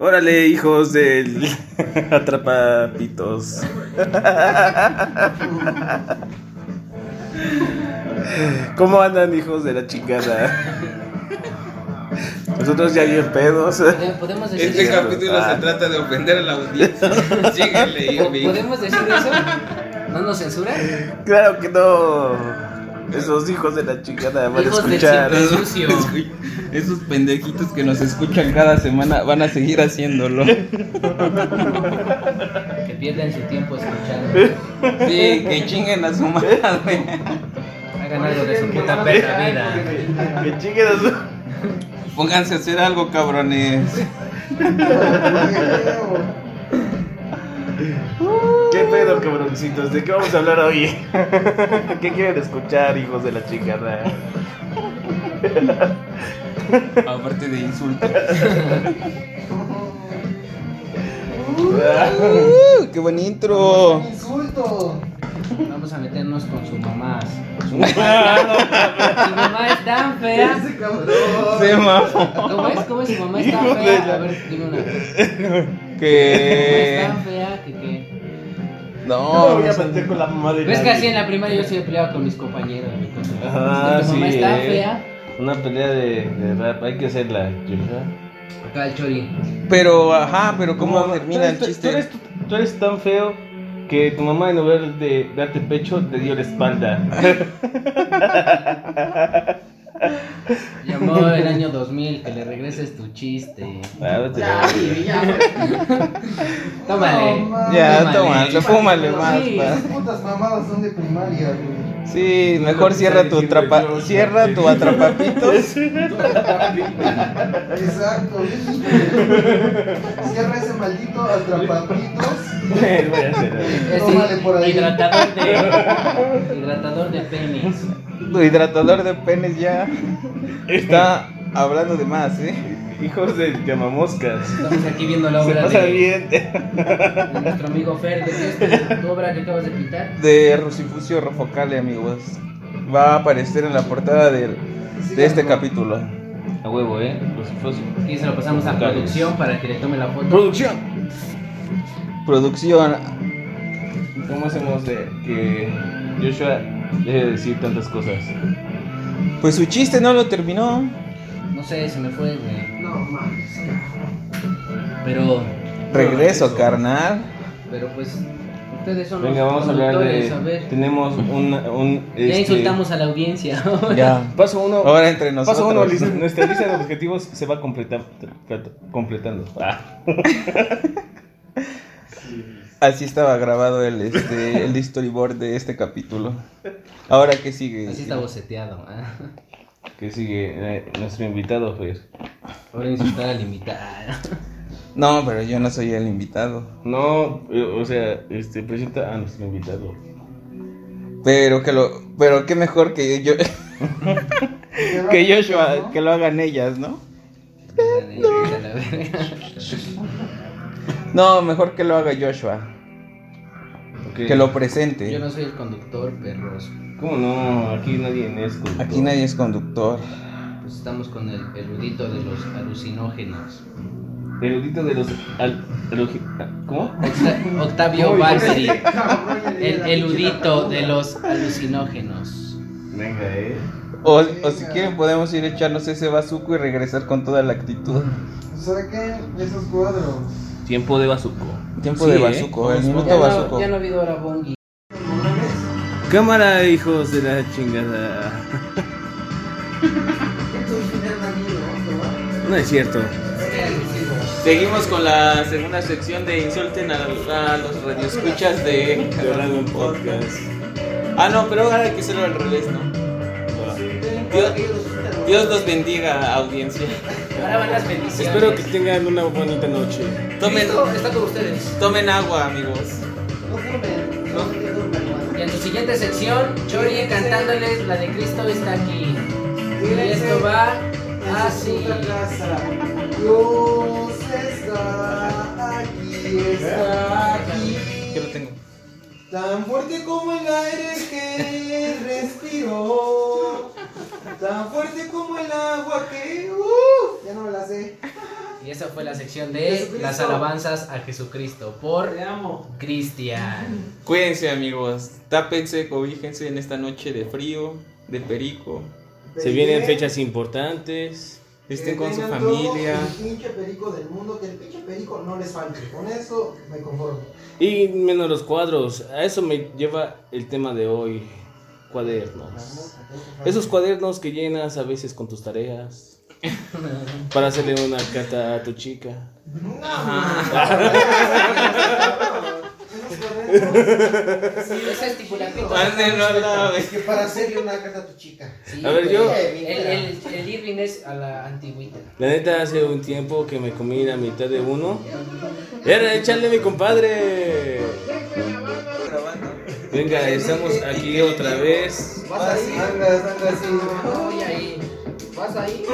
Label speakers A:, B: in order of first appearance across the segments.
A: Órale, hijos del atrapapitos. ¿Cómo andan, hijos de la chingada? Nosotros ya bien pedos.
B: Pode- Podemos decir
C: Este
B: eso.
C: capítulo se trata de ofender a la audiencia. Síguele,
B: Po-
C: Irving.
B: ¿Podemos decir eso? ¿No nos censuran?
A: Claro que no. Esos hijos de la chingada van a
B: Hijos del
A: escuchar.
B: siempre. Sucio.
C: Esos pendejitos que nos escuchan cada semana van a seguir haciéndolo.
B: Que pierden su tiempo escuchando.
C: Sí, que chinguen a su madre.
B: Hagan algo de su puta perra vida.
A: Que chinguen a su-
C: Pónganse a hacer algo, cabrones.
A: ¿Qué pedo, cabroncitos? ¿De qué vamos a hablar hoy? ¿Qué quieren escuchar, hijos de la chingada?
C: Aparte de insultos. ¡Qué buen intro!
D: Insulto.
B: Vamos a meternos con su mamá. Su mamá es tan fea.
D: Ese cabrón.
C: Se mamó.
B: ¿Cómo es? ¿Cómo es? Su mamá es tan fea. A ver, dime una. Su mamá
A: Eh.
B: es
C: Que.
B: tan fea que qué.
A: No,
C: No,
A: voy a meter con la mamá de
B: Ves que
A: nadie.
B: así en la primaria yo siempre peleaba con mis compañeros. mi cosa.
A: Ah,
B: Es que Tu mamá
A: sí,
B: es tan
A: eh.
B: fea.
A: Una pelea de, de rap, hay que hacerla. Yuja.
B: Acá el chori.
C: pero, ajá, pero ¿cómo
A: Mamá, tú
C: termina
A: eres-
C: el chiste?
A: Tú eres, tú eres tan feo que tu mamá, en lugar de darte pecho, te dio la espalda.
B: Llamó el año 2000 que le regreses tu chiste.
A: Ah, vete.
D: Ay, ya, güey.
B: Tómale.
D: No, man.
C: Ya,
B: Fúmale.
C: tómalo, fúmale
D: Sí.
C: más. pa.
D: Esas putas mamadas son de primaria, güey.
C: Sí, mejor cierra tu atrapa, cierra tu atrapapitos.
D: Exacto. Cierra ese maldito atrapapitos.
A: Lo voy a hacer, eh.
B: Es
D: Tómale por ahí.
B: hidratador de hidratador de penes.
C: Tu hidratador de penes ya está hablando de más, ¿eh?
A: Hijos de llamamoscas.
B: Estamos aquí viendo la
A: Se
B: obra
A: pasa
B: de,
A: bien.
B: de nuestro amigo Fer. ¿De qué es tu, tu obra que acabas de pintar?
C: De Rusifucio Rofocale, amigos. Va a aparecer en la portada del- de este capítulo.
A: A huevo, eh. Pues, pues,
B: Aquí se lo pasamos a
A: Claro.
B: producción para que le tome la foto.
A: Producción.
C: Producción.
A: ¿Cómo hacemos de que Joshua deje de decir tantas cosas?
C: Pues su chiste no lo terminó.
B: No sé, se me fue, güey.
D: No mames.
B: Pero,
C: Regreso, carnal.
B: pero pues, ustedes son
A: Venga,
B: los
A: vamos a hablar
B: conductores,
A: de.
B: a ver.
A: Tenemos un. un
B: Ya
A: este-
B: insultamos a la audiencia.
C: Ya.
A: Paso uno.
C: Ahora entre nosotros.
A: paso uno. lista- nuestra lista de objetivos se va completar, completando. Ah.
C: Así estaba grabado el, este, el storyboard de este capítulo. Ahora que sigue.
B: Así está boceteado. ah.
A: Que sigue eh, nuestro invitado, pues.
B: Ahora insultar al invitado.
C: No, pero yo no soy el invitado.
A: No, eh, o sea, este presenta a nuestro invitado.
C: Pero que lo, pero qué mejor que yo, que Joshua, que lo hagan ellas, ¿no?
B: A la verga.
C: No, mejor que lo haga Joshua,
A: Ok.
C: que lo
B: Yo no
C: presente.
B: soy el conductor, perros.
A: ¿Cómo no? Aquí nadie es. conductor.
C: Aquí nadie es conductor.
B: Pues estamos con el peludito de los alucinógenos.
A: Erudito de los. al- elogi- ¿Cómo?
B: Octa- Octavio
A: Uy,
B: Balsari.
D: Cabrón, ya le di
B: El
D: la
B: eludito
D: pinche
B: de los alucinógenos.
A: Venga, eh.
C: O, o si quieren podemos ir a echarnos ese bazuco y regresar con toda la actitud.
D: Saquen esos cuadros.
A: Tiempo de bazuco.
C: Tiempo de bazuco, ¿eh? el
B: Ya
C: minuto
B: no,
C: bazuco.
B: ya no ha habido ahora Bongi.
A: Cámara, hijos de la chingada. No es cierto.
C: Seguimos con la segunda sección de insulten a, a los radioescuchas de
A: Llorando en podcast.
C: Ah, no, pero ahora hay que hacerlo al revés, ¿no? Dios, Dios los bendiga, audiencia.
B: Ahora van las bendiciones.
A: Espero que tengan una bonita noche.
C: Tomen,
B: Listo, está con ustedes.
C: tomen agua, amigos.
D: No fumen, no se
B: Y en su siguiente sección, Chori cantándoles la de Cristo está aquí. Y esto va así.
D: casa. Dios está aquí, está aquí.
C: Yo lo tengo.
D: Tan fuerte como el aire que respiro. Tan fuerte como el agua que. ¡Uh! ya no me la sé.
B: Y Esa fue la sección de
D: Jesucristo.
B: las alabanzas a Jesucristo por
D: Te amo.
B: Cristian.
C: Cuídense, amigos. Tápense, cobíjense en esta noche de frío, de perico.
E: Se vienen fechas importantes.
C: Estén con su
D: tengan
C: familia.
D: todo El pinche perico del mundo, que el pinche perico no les falte. Con eso me conformo.
E: Y menos los cuadros. A eso me lleva el tema de hoy. Cuadernos. Esos cuadernos que llenas a veces con tus tareas. Para hacerle una carta a tu chica.
D: No,
B: Esa es estipulativo.
C: Mándenlo a la vez.
D: que para hacerle una carta a tu chica.
B: Sí,
E: A ver,
B: güey.
E: yo-
B: El, el, el Irving es a la antigüita.
E: La neta, hace un tiempo que me comí la mitad de uno. ¡Era, échale, mi compadre! Venga, estamos aquí otra vez.
D: Vas ahí. Andas, andas así.
B: Voy ahí.
D: Vas ahí.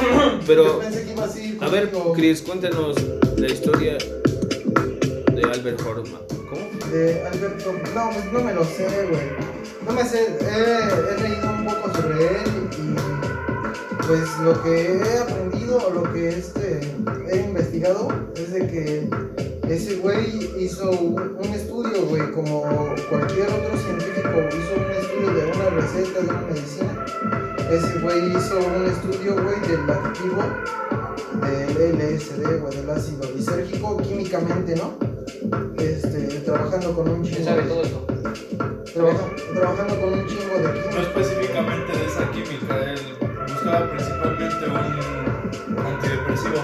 E: Pero,
D: pensé que iba así.
E: a ver,
D: contigo.
E: Chris, cuéntanos la historia de Albert Horman. ¿Cómo?
D: de Eh, Alberto. No, pues no me lo sé, güey. No me sé, eh, he leído un poco sobre él y pues lo que he aprendido o lo que este, he investigado es de que ese güey hizo un, un estudio, güey, como cualquier otro científico hizo un estudio de una receta, de una medicina. Ese güey hizo un estudio, güey, del activo del LSD, güey, del ácido lisérgico químicamente, ¿no? este, trabajando con un
B: ¿Quién
D: chingo
B: sabe
D: de,
B: todo eso?
D: trabaja- trabajando con un chingo de
F: No
D: químicos.
F: específicamente de esa química, él buscaba principalmente un antidepresivo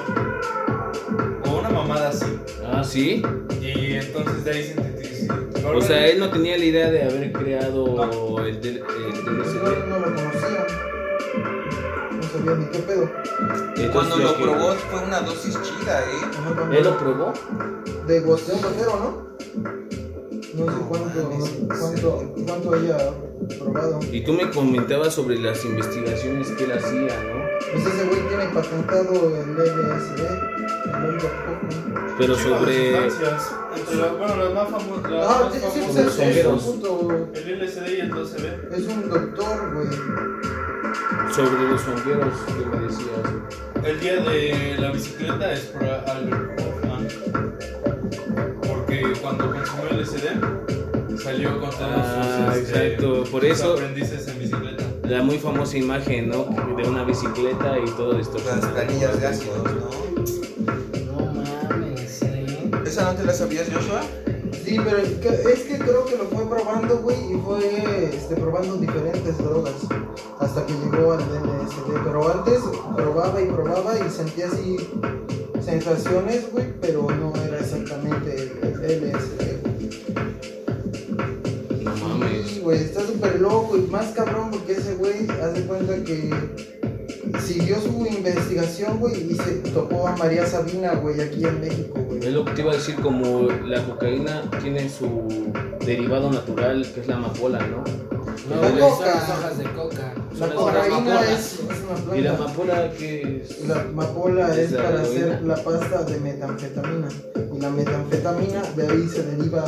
F: o una mamada así.
E: Ah, ¿sí?
F: Y entonces de ahí sintetizó.
E: O sea, él no tenía la idea de haber creado el, D- el
D: Yo
E: DLCD.
D: no lo conocía. No sabía ni qué pedo.
E: Entonces,
G: Cuando
E: ¿crees
G: lo
E: que-
G: probó fue una dosis chida, ¿eh?
D: Ajá, cuando-
E: ¿Él lo probó?
D: De gosteo Botero, ¿no? No sé cuánto, cuánto, cuánto haya probado.
E: Y tú me comentabas sobre las investigaciones que él hacía, ¿no?
D: Pues ese güey tiene patentado el LSD, el Olga Hoffman.
E: Pero sobre...
F: Entre las- bueno, las más famosas. las
D: Ah,
F: más
D: sí, sí, pues
F: famosas
D: es, es un
E: Sonjeros.
D: puto.
F: El LSD y el E 12B.
D: Es un doctor, güey.
E: Sobre los sonjeros que me decías.
F: El día de la bicicleta es por Albert Hoffman. Porque cuando consumió el LSD salió con todos
E: Ah,
F: sus, este,
E: exacto. Por
F: sus
E: eso-
F: aprendices en bicicleta.
E: La muy famosa imagen, ¿no? De una bicicleta y todo esto.
G: Las planillas de ácidos, ¿no?
B: No mames, ¿eh?
G: ¿Esa no te la sabías, Joshua?
D: Sí, pero es que, es que creo que lo fue probando, güey, y fue este, probando diferentes drogas hasta que llegó al LSD. Pero antes probaba y probaba y sentía así sensaciones, güey, pero no era exactamente el, el LSD. güey.
E: No
D: Sí,
E: mames.
D: güey, está súper loco y más cabrón porque ese güey hace cuenta que siguió su investigación, güey, y se topó a María Sabina, güey, aquí en México, güey.
E: Es lo que te iba a decir, como la cocaína tiene su derivado natural, que es la amapola, ¿no?
B: No,
D: La
B: güey, son
D: coca.
B: las hojas de coca.
E: Son
D: La
E: las
D: cocaína
B: amapolas.
D: es, es una planta.
E: Y la amapola que es...
D: La amapola es
E: Es la
D: para
E: heroína.
D: hacer la pasta de metanfetamina. Y la metanfetamina, de ahí se deriva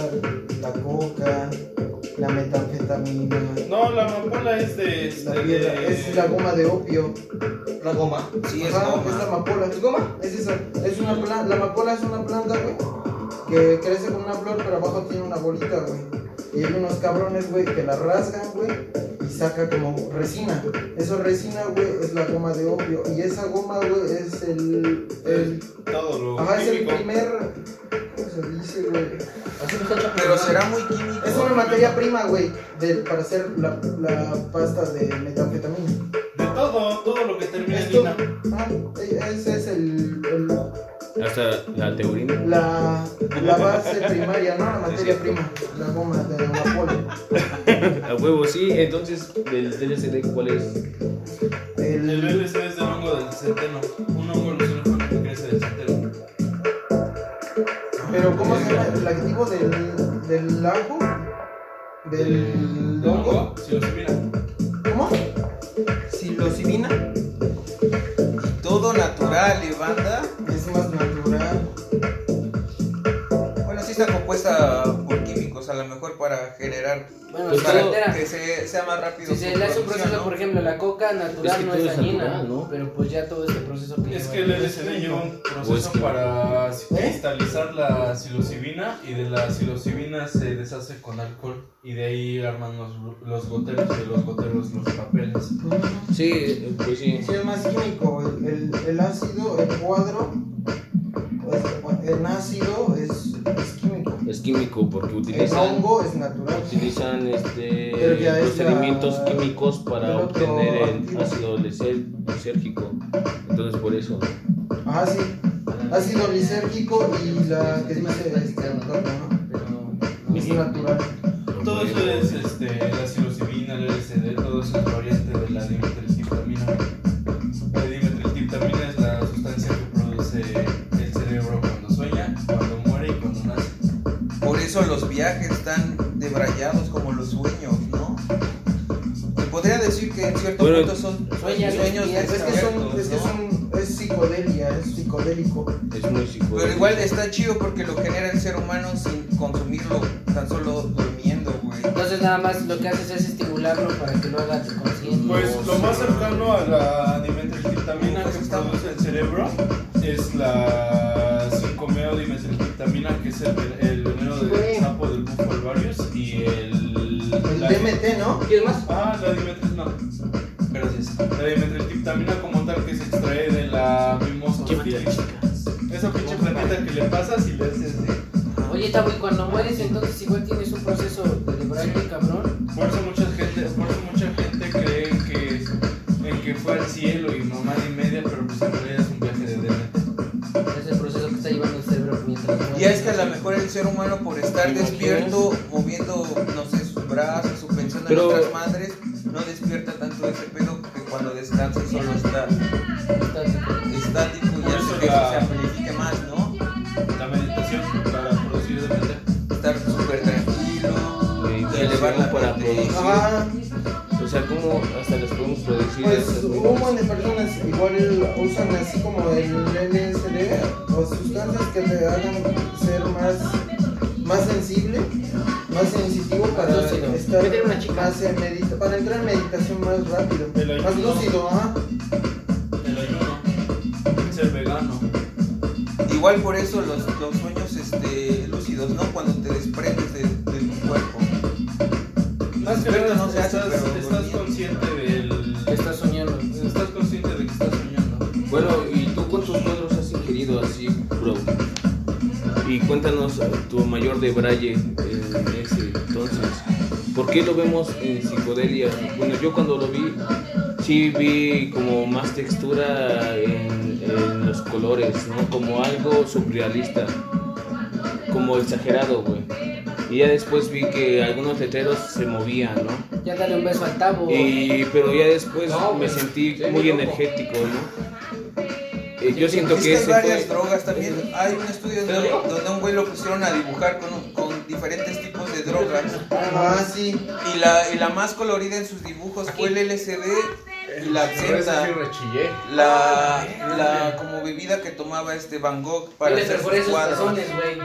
D: la coca, la metanfetamina,
F: No, la amapola es de. este,
D: la piedra.
F: de-
D: Es la goma de opio.
G: La goma. Sí, es
D: Ajá, es la
G: goma.
D: amapola. ¿Es goma? Es esa. Es una planta. La amapola es una planta, güey. Que crece con una flor, pero abajo tiene una bolita, güey. Y hay unos cabrones, güey, que la rasgan, güey, y saca como resina. Esa resina, güey, es la goma de opio. Y esa goma, güey, es el- el
F: Todo lo
D: Ajá, es el
F: químico.
D: primer. ¿Cómo se dice, güey?
B: Así nos ha hecho
G: Pero
B: acordar.
G: será muy químico.
D: Es una materia prima, güey, del- para hacer la, la pasta de metanfetamina.
F: De todo, todo lo que termina en
D: Esto,
F: lina.
D: ah, ese es el, el-
E: Hasta la teorina.
D: la, la base primaria, ¿no? La materia prima, la goma de amapola.
E: A huevo, sí. Entonces, del DLCD, ¿cuál es?
F: El
D: El,
F: LSD es del hongo del centeno. Un hongo alucinógeno que crece del centeno.
D: pero ¿cómo se llama? El activo del, del ajo, del
F: ¿El
D: hongo,
F: hongo? Si lo supiera.
D: ¿cómo? Silocibina
G: Todo natural, ¿eh, banda?
D: es más natural.
G: Bueno, sí está compuesta por químicos,
C: a lo mejor para generar
B: Bueno,
E: Pues
B: la
E: todo-
B: carretera.
C: que se, sea más rápido.
B: Si se
C: su
B: le hace un
C: producción,
B: proceso,
C: ¿no?
B: por ejemplo, la coca natural
E: Es que
B: no
E: todo
B: es
E: es
B: dañina,
E: natural, ¿no?
B: pero pues ya todo este proceso que
F: Es
B: lleva
F: que el LSD lleva un proceso para
D: ¿Eh?
F: cristalizar la psilocibina y de la psilocibina se deshace con alcohol y de ahí arman los, los goteros y de los goteros los papeles.
E: Sí, pues sí.
D: Sí, es más químico. El, el, el ácido, el cuadro, pues, el ácido es, es químico.
E: Es químico porque
D: El
E: utilizan,
D: Eh, hongo es natural.
E: utilizan este,
D: Pero ya es la-
E: procedimientos químicos para
D: el otro
E: obtener el
D: antídoto.
E: ácido lisé- lisérgico. Entonces, por eso.
D: Ah, sí. Ácido lisérgico y la que dice este, doctor, ¿no? Es natural.
F: Todo eso es este, la psilocibina, el LSD, todo eso es variante de la dimetriptamina. La dimetriptamina es la sustancia que produce el cerebro cuando sueña, cuando muere y cuando nace.
C: Por eso los viajes están debrayados como los sueños, ¿no? Se podría decir que en cierto
E: Bueno,
C: punto son
B: sueñas,
C: sueños
B: sueñas,
D: Es que es un, es, que es
C: ¿no?
D: un, es psicodelia, es psicodélico.
E: Es muy psicodélico.
C: Pero igual está chido porque lo genera el ser humano sin consumirlo, tan solo durmiendo, güey.
B: Entonces nada más lo que haces es estimularlo para que lo haga tu consciente.
F: Pues lo más cercano a la dimetriptamina que produce el cerebro es la 5-meodimetriptamina, que es el, el veneno del sapo del bufo alvarius y el...
D: El
F: la-
D: DMT, ¿no?
B: ¿Quieres más?
F: Ah, la dimetril... no. Gracias. La dimetriptamina como tal que se extrae de la mimosa. Esa pinche plantita que le pasas y le haces... de-
B: Oye, Tawi, cuando mueres entonces igual tienes un proceso de debraye, cabrón.
F: Por eso mucha gente, por eso mucha gente cree que, en que fue al cielo y mamá y media, pero pues en realidad es un viaje de DMT.
B: Es el proceso que está llevando el cerebro mientras mueres.
C: Ya es que a lo mejor el ser humano por estar
E: ¿Te
C: despierto, moviendo, no sé, sus brazos, su pensando
E: Pero-
C: en otras madres, no despierta tanto ese pedo que cuando descansa solo está estático y
F: Por
C: hace
F: eso
C: que eso
F: la-
C: se amplifique más, ¿no?
F: la meditación para producir DMT.
C: Estar súper tranquilo, y
E: Meditación
C: elevar la
E: para
C: mente.
E: producir.
D: Ajá.
E: O sea, ¿cómo hasta les podemos predecir?
D: Pues
E: esas
D: un
E: cosas?
D: montón de personas igual usan así como el LSD o sustancias que te hagan ser más, más sensible, más sensitivo para
B: lúcido.
D: estar
B: Meter una chica.
D: más en medita- para entrar en meditación más rápido,
F: El ayuno.
D: más lúcido, ¿ah? ajá.
F: El ayuno, ser vegano.
C: Igual por eso los, los sueños este, lúcidos, ¿no? Cuando te desprendes de, de tu cuerpo.
F: Más que
C: Despierto
F: nada,
C: no se hace,
F: estás,
C: pero
F: estás
C: durmiendo.
F: consciente del.
B: Te estás soñando.
F: Estás consciente de que estás soñando.
E: Bueno, ¿y tú cuántos cuadros has ingerido así, bro? Y cuéntanos eh, tu mayor de Braille en ese entonces. ¿Por qué lo vemos en psicodelia? Bueno, yo cuando lo vi, sí vi como más textura en, en los colores, ¿no? Como algo surrealista, como exagerado, güey. Y ya después vi que algunos letreros se movían, ¿no?
B: Ya dale un beso al tabo.
E: Y, pero ya después
B: No,
E: me
B: güey.
E: sentí
B: Sí,
E: muy
B: loco.
E: energético, ¿no? Eh, yo siento
C: Es
E: que
C: que hay
E: ese
C: varias
E: fue...
C: drogas también. Hay un estudio
B: Pero-
C: donde, donde un güey lo pusieron a dibujar con, un- con diferentes tipos de drogas.
D: Ah, sí.
C: Y la, y la más colorida en sus dibujos fue el LSD y la Xenta. La, la como bebida que tomaba este Van Gogh para
B: Yo le
C: hacer
B: perforé
C: sus
B: esos
C: cuadros.
B: tazones, güey.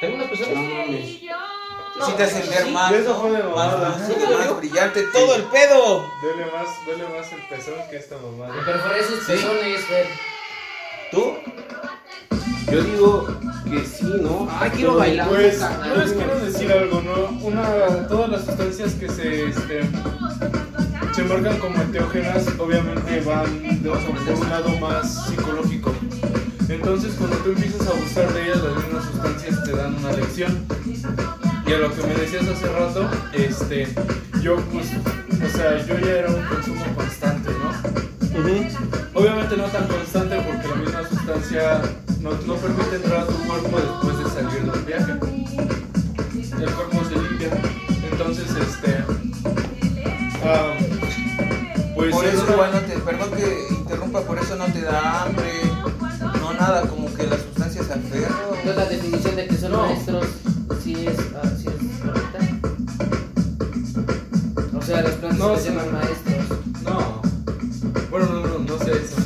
E: ¿Tengo una persona?
C: Sí te hacen ver
B: Ah,
C: más,
F: Eso fue de
C: más
F: mamada.
C: lúcido, más brillante, todo el pedo.
F: Duele más, duele más el pezón que esta
B: Le
F: mamada.
B: perforé esos tazones, güey.
C: ¿Tú?
E: Yo digo que sí, ¿no?
B: Ay, quiero bailar.
F: Pues,
B: carnal.
F: yo les quiero decir algo, ¿no? Una, todas las sustancias que se, este, se marcan como enteógenas, obviamente van de un, de un lado más psicológico. Entonces, cuando tú empiezas a gustar de ellas, las mismas sustancias te dan una lección. Y a lo que me decías hace rato, este, yo, pues, o sea, yo ya era un consumo constante, ¿no? Obviamente no tan constante porque la misma sustancia no, no permite entrar a tu cuerpo después de salir del viaje. El cuerpo se limpia. Entonces, este... ah, pues
C: Por
F: es
C: eso
F: una-
C: igual no te, perdón que interrumpa, por eso no te da hambre, no nada, como que la sustancia se aferra.
B: Entonces la definición de que son
F: No.
B: maestros sí es, ah, sí es correcta. O sea, las plantas
F: No,
B: que
F: sí.
B: se llaman maestros.
F: No. Bueno, no, no, no sé eso.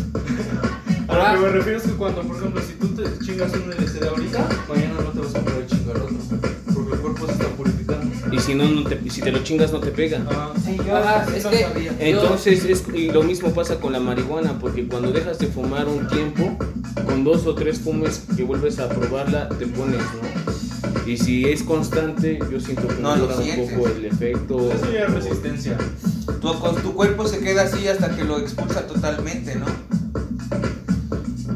F: A
B: Ah.
F: lo que me refiero es que cuando, por ejemplo, si tú te chingas un LSD ahorita, mañana no te vas a poder chingar otro. Porque el cuerpo se está
E: Y si no, no te, si te lo chingas, no te pega.
F: Ah,
D: Sí, yo
B: Ah,
D: sí,
B: es
D: no
B: que-
D: sabía.
E: Entonces, es, y lo mismo pasa con la marihuana, porque cuando dejas de fumar un tiempo, con dos o tres fumes que vuelves a probarla, te pones, ¿no? Y si es constante, yo siento que
G: No,
E: me
G: lo
E: dura un
G: sientes.
E: poco el efecto.
F: pues eso ya es resistencia.
G: Tu, con tu cuerpo se queda así hasta que lo expulsa totalmente, ¿no?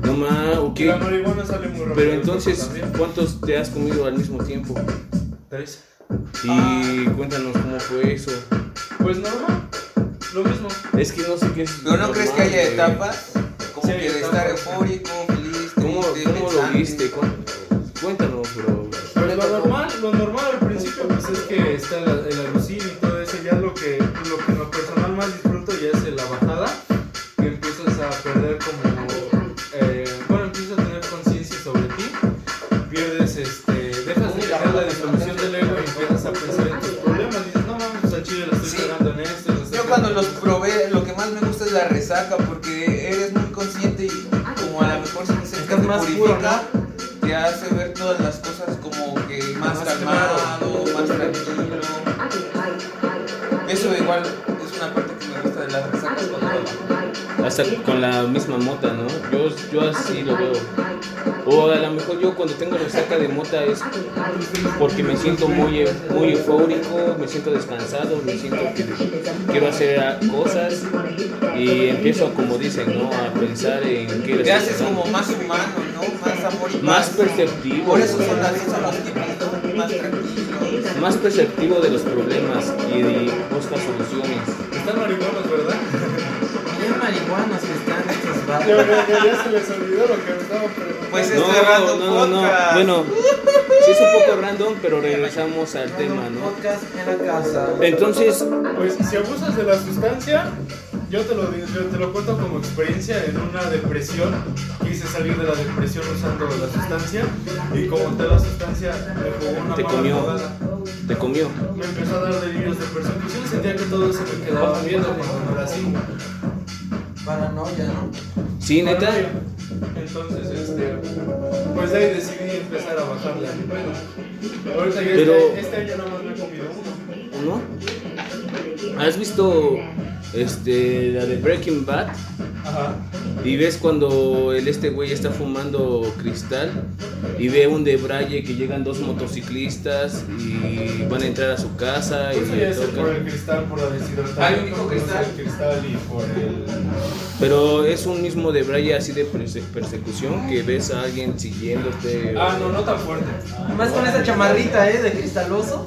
E: No más,
F: Y la marihuana sale muy rápido.
E: Pero entonces,
F: también.
E: ¿cuántos te has comido al mismo tiempo?
F: Tres.
E: Y cuéntanos cómo fue eso.
F: Pues normal, lo mismo.
E: Es que no sé qué es.
G: Pero no crees que haya
E: normal, güey.
G: etapas como
F: Sí,
G: que
F: hay
G: de estar
F: etapas.
G: eufórico, feliz,
E: ¿Cómo,
G: triste,
E: cómo lo
G: pensante.
E: viste? Cu- Cuéntanos, bro.
F: Pero lo normal, lo normal al principio pues es que está el, el alucín y todo eso, ya lo que, lo que en lo personal más disfruto ya es la bajada, que empiezas a perder como, eh, bueno, empiezas a tener conciencia sobre ti, pierdes, este, dejas de tener la disolución del ego y empiezas a pensar en tus problemas, dices, no mames, pues al chile la estoy
G: Sí.
F: cagando en esto. la estoy
G: Yo cuando
F: cagando
G: los
F: en esto".
G: probé, lo que más me gusta es la resaca, porque eres muy consciente y como a lo mejor se dice que
F: Estás
G: te
F: más
G: purifica, te hace ver todas las cosas como que más
F: Más
G: calmado,
F: claro.
G: más tranquilo. Eso igual es una parte que me gusta de las resacas cuando lo hago.
E: Hasta con la misma mota, ¿no? Yo, yo así lo veo. Oh, O a lo mejor yo cuando tengo resaca de mota es porque me siento muy, eu- muy eufórico, me siento descansado, me siento que quiero hacer ah, cosas y empiezo, como dicen, ¿no? A pensar en qué
G: Te haces
E: hacer, ¿no?
G: como más humano, ¿no? Más amor y
E: más
G: paz.
E: perceptivo.
G: Por eso son las son los tipos, ¿no? más tranquilos.
E: más perceptivo de los problemas y, y busca soluciones.
F: Están marihuanos, ¿verdad?
B: Qué marihuanos que están estos
F: Ya,
B: vatos.
F: ya, ya, ya se les olvidó lo que me estaba preguntando.
G: Pues es cerrando podcast.
E: Bueno, sí es un poco random, pero regresamos al tema, ¿no?
D: Podcast en la casa.
E: Entonces,
F: Pues si abusas de la sustancia, yo te lo, digo, yo te lo cuento como experiencia en una depresión. Quise salir de la depresión usando la sustancia y como te la sustancia me jugó una
E: Te
F: mala
E: comió.
F: jugada.
E: te comió.
F: Me empezó a dar delirios de persecución, sentía que todo se me quedaba viendo cuando era así.
D: Paranoia, ¿no?
E: Sí, neta.
F: Entonces, este, pues de ahí decidí empezar a bajarle a mi pedo. Ahorita ya
E: Pero-
F: este, este año nada más me he comido uno.
E: ¿O no? ¿Has visto este, la de Breaking Bad?
F: Ajá.
E: Y ves cuando el, este güey está fumando cristal y ve un debraye que llegan dos motociclistas y van a entrar a su casa y
F: Por eso ya
E: le
F: es por
E: tocan.
F: el cristal, por la deshidratación.
G: Hay un único
F: por el
G: cristal.
F: cristal y por el...
E: Pero es un mismo de Braille así de perse- persecución que ves a alguien siguiéndote.
F: Ah, no, no tan fuerte.
D: Más con esa chamarrita, ¿eh? De cristaloso.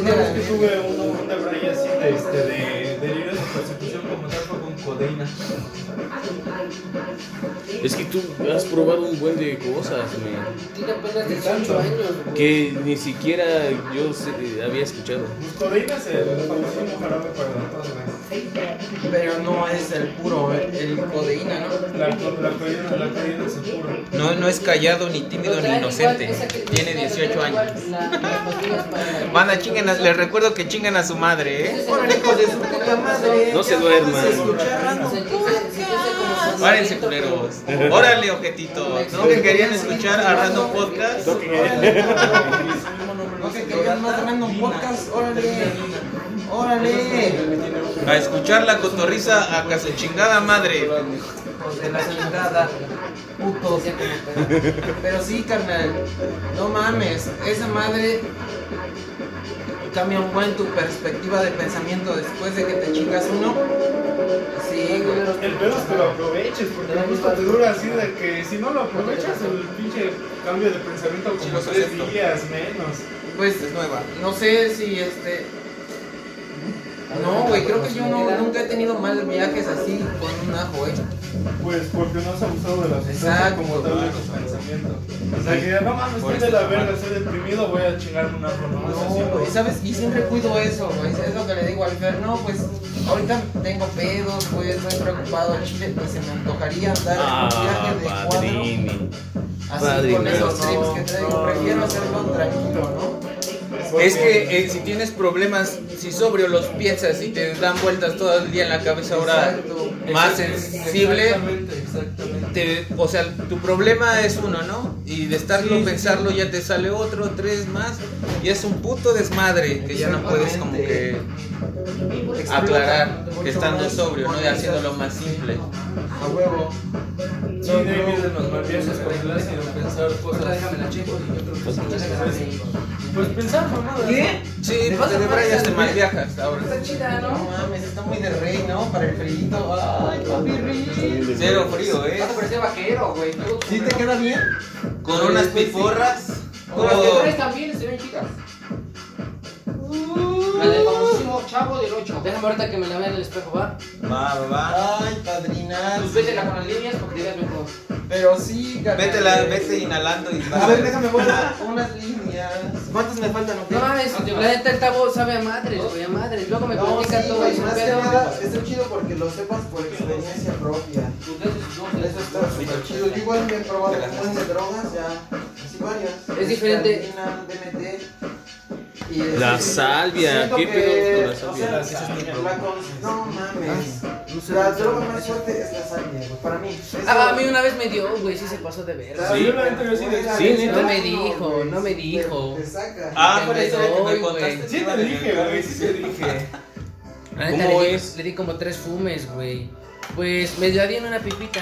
F: Una vez que tuve un, un debraye así de, este, de, de libros de persecución como tal fue con codeína.
E: Es que tú has probado un buen de cosas, men,
B: Tiene apenas 18 años. güey.
E: que ni siquiera yo sé- había escuchado.
F: Pues codeína es el famosísimo jarabe para la
D: Pero no es el puro, el, el codeína, ¿no?
F: La, co- la codeína, la codeína es el puro.
G: No, no es callado, ni tímido,
B: Pero
G: ni
B: traen
G: inocente.
B: igual esa que-
G: Tiene
B: esa
G: 18
B: traen igual
G: años.
B: la- las pastillas para-
G: Manda, chinguen, a- les recuerdo que chingan a su madre, ¿eh?
D: Bueno, hijo de su puta madre.
E: No se
D: ya
E: duerman.
D: vamos a escuchar,
B: O
D: ¿no?
B: sea, que se- se siente como soldadito,
G: Párense,
B: pero-
G: culeros. Órale, objetitos. ¿No que querían escuchar a Random Podcast?
D: No se querían más random podcast, órale. Órale.
G: A escuchar la cotorriza a caso chingada madre.
D: Hijos Pues de la chingada. Putos. Pero sí, carnal. No mames. Esa madre cambia un buen tu perspectiva de pensamiento después de que te chingas uno. Sí, güey.
F: El pedo es que lo aproveches, porque la gusta te dura así de que si no lo aprovechas, el pinche cambio de pensamiento
G: Sí,
F: como
G: los
F: tres
G: acepto.
F: días menos.
D: Pues
G: Es nueva.
D: No sé si este. No, güey, creo que yo no- nunca he tenido mal viajes así con un ajo, eh.
F: Pues porque no has abusado de la sustancia
D: Exacto.
F: como tal de tus pensamientos. O sea, que no mames, estoy de la verga, estoy deprimido, voy a chingarme una forma más así.
D: No, güey, ¿sabes? Y siempre cuido eso, güey. Es lo que le digo al Fer, no, pues ahorita tengo pedos, güey, estoy preocupado al chile, pues se me antojaría andar en un
E: Ah,
D: viaje de cuadro.
E: padrini.
D: Así
E: padrino.
D: con esos
F: Pero
D: trips
F: no,
D: que traigo,
F: no,
D: prefiero
F: no,
D: hacerlo
F: no,
D: tranquilo, ¿no?
F: Porque-
G: Es que eh, si tienes problemas, si sobrio los piensas y te dan vueltas todo el día en la cabeza ahora
D: Exacto.
G: más sensible,
F: Exactamente, exactamente.
G: te, o sea, tu problema es uno, ¿no? Y de estarlo pensarlo ya te sale otro, tres más, y es un puto desmadre que ya no puedes como que aclarar que estando sobrio, ¿no? Y haciéndolo más simple.
D: A huevo.
F: Sí, de ahí vienen los mafiosos con el ácido, pensar cosas. Pues pensar mamadas.
D: ¿Qué?
G: Sí, te debrayas,
B: este
G: te malviajas ahora.
D: Está chida, ¿no?
G: mames, está muy de rey, ¿no? Para el frío. Ay, papi,
E: Sí, de
G: Cero frío, ¿eh?
B: Vas a parecer vaquero, güey. Luego,
D: ¿Sí te queda bien?
G: Con unas piporras.
B: Con las que
G: Oh.
B: traes también se ven chicas. La del famosísimo chavo del 8. Uh. Déjame ahorita que me la vea en el espejo, ¿va?
G: Va, va, va.
D: Ay, padrinazo.
B: Pues vétela con las líneas porque te veas mejor.
D: Pero sí, carnal.
G: Vétela, vete inhalando y
D: A
G: va.
D: ver, déjame ver una- unas líneas. ¿Cuántas me faltan? o qué?
B: No mames, la neta el tabo sabe a madres, güey, a madres. Luego me
D: No,
B: platica
D: sí,
B: todo
D: güey,
B: eso,
D: más que
B: pero-
D: nada, está chido porque lo sepas por experiencia propia.
B: Pues eso es- no,
D: Eso está súper chido. Yo igual me he probado un buen de drogas, ya. Así varias.
B: Es diferente.
D: Cocaína, DMT. Y este,
E: La salvia,
D: siento
E: ¿qué
D: que,
E: pedo con la
D: o
E: salvia?
D: sea, la con- No mames. La droga más fuerte es la salvia, güey, para mí.
B: Ah, a mí una vez me dio, güey, sí se pasó de verga.
E: Sí.
F: Yo la neta, yo sí de-
E: Sí, neta.
B: No me dijo, no me dijo.
D: Te, te saca.
G: Ah,
B: Te
G: por eso
B: doy,
G: que me
B: güey.
G: contaste.
F: Sí te dije, güey, sí te dije.
B: La neta,
E: ¿Cómo
B: le, di-
E: es?
B: le di como tres fumes, güey. Pues me la di en una pipita.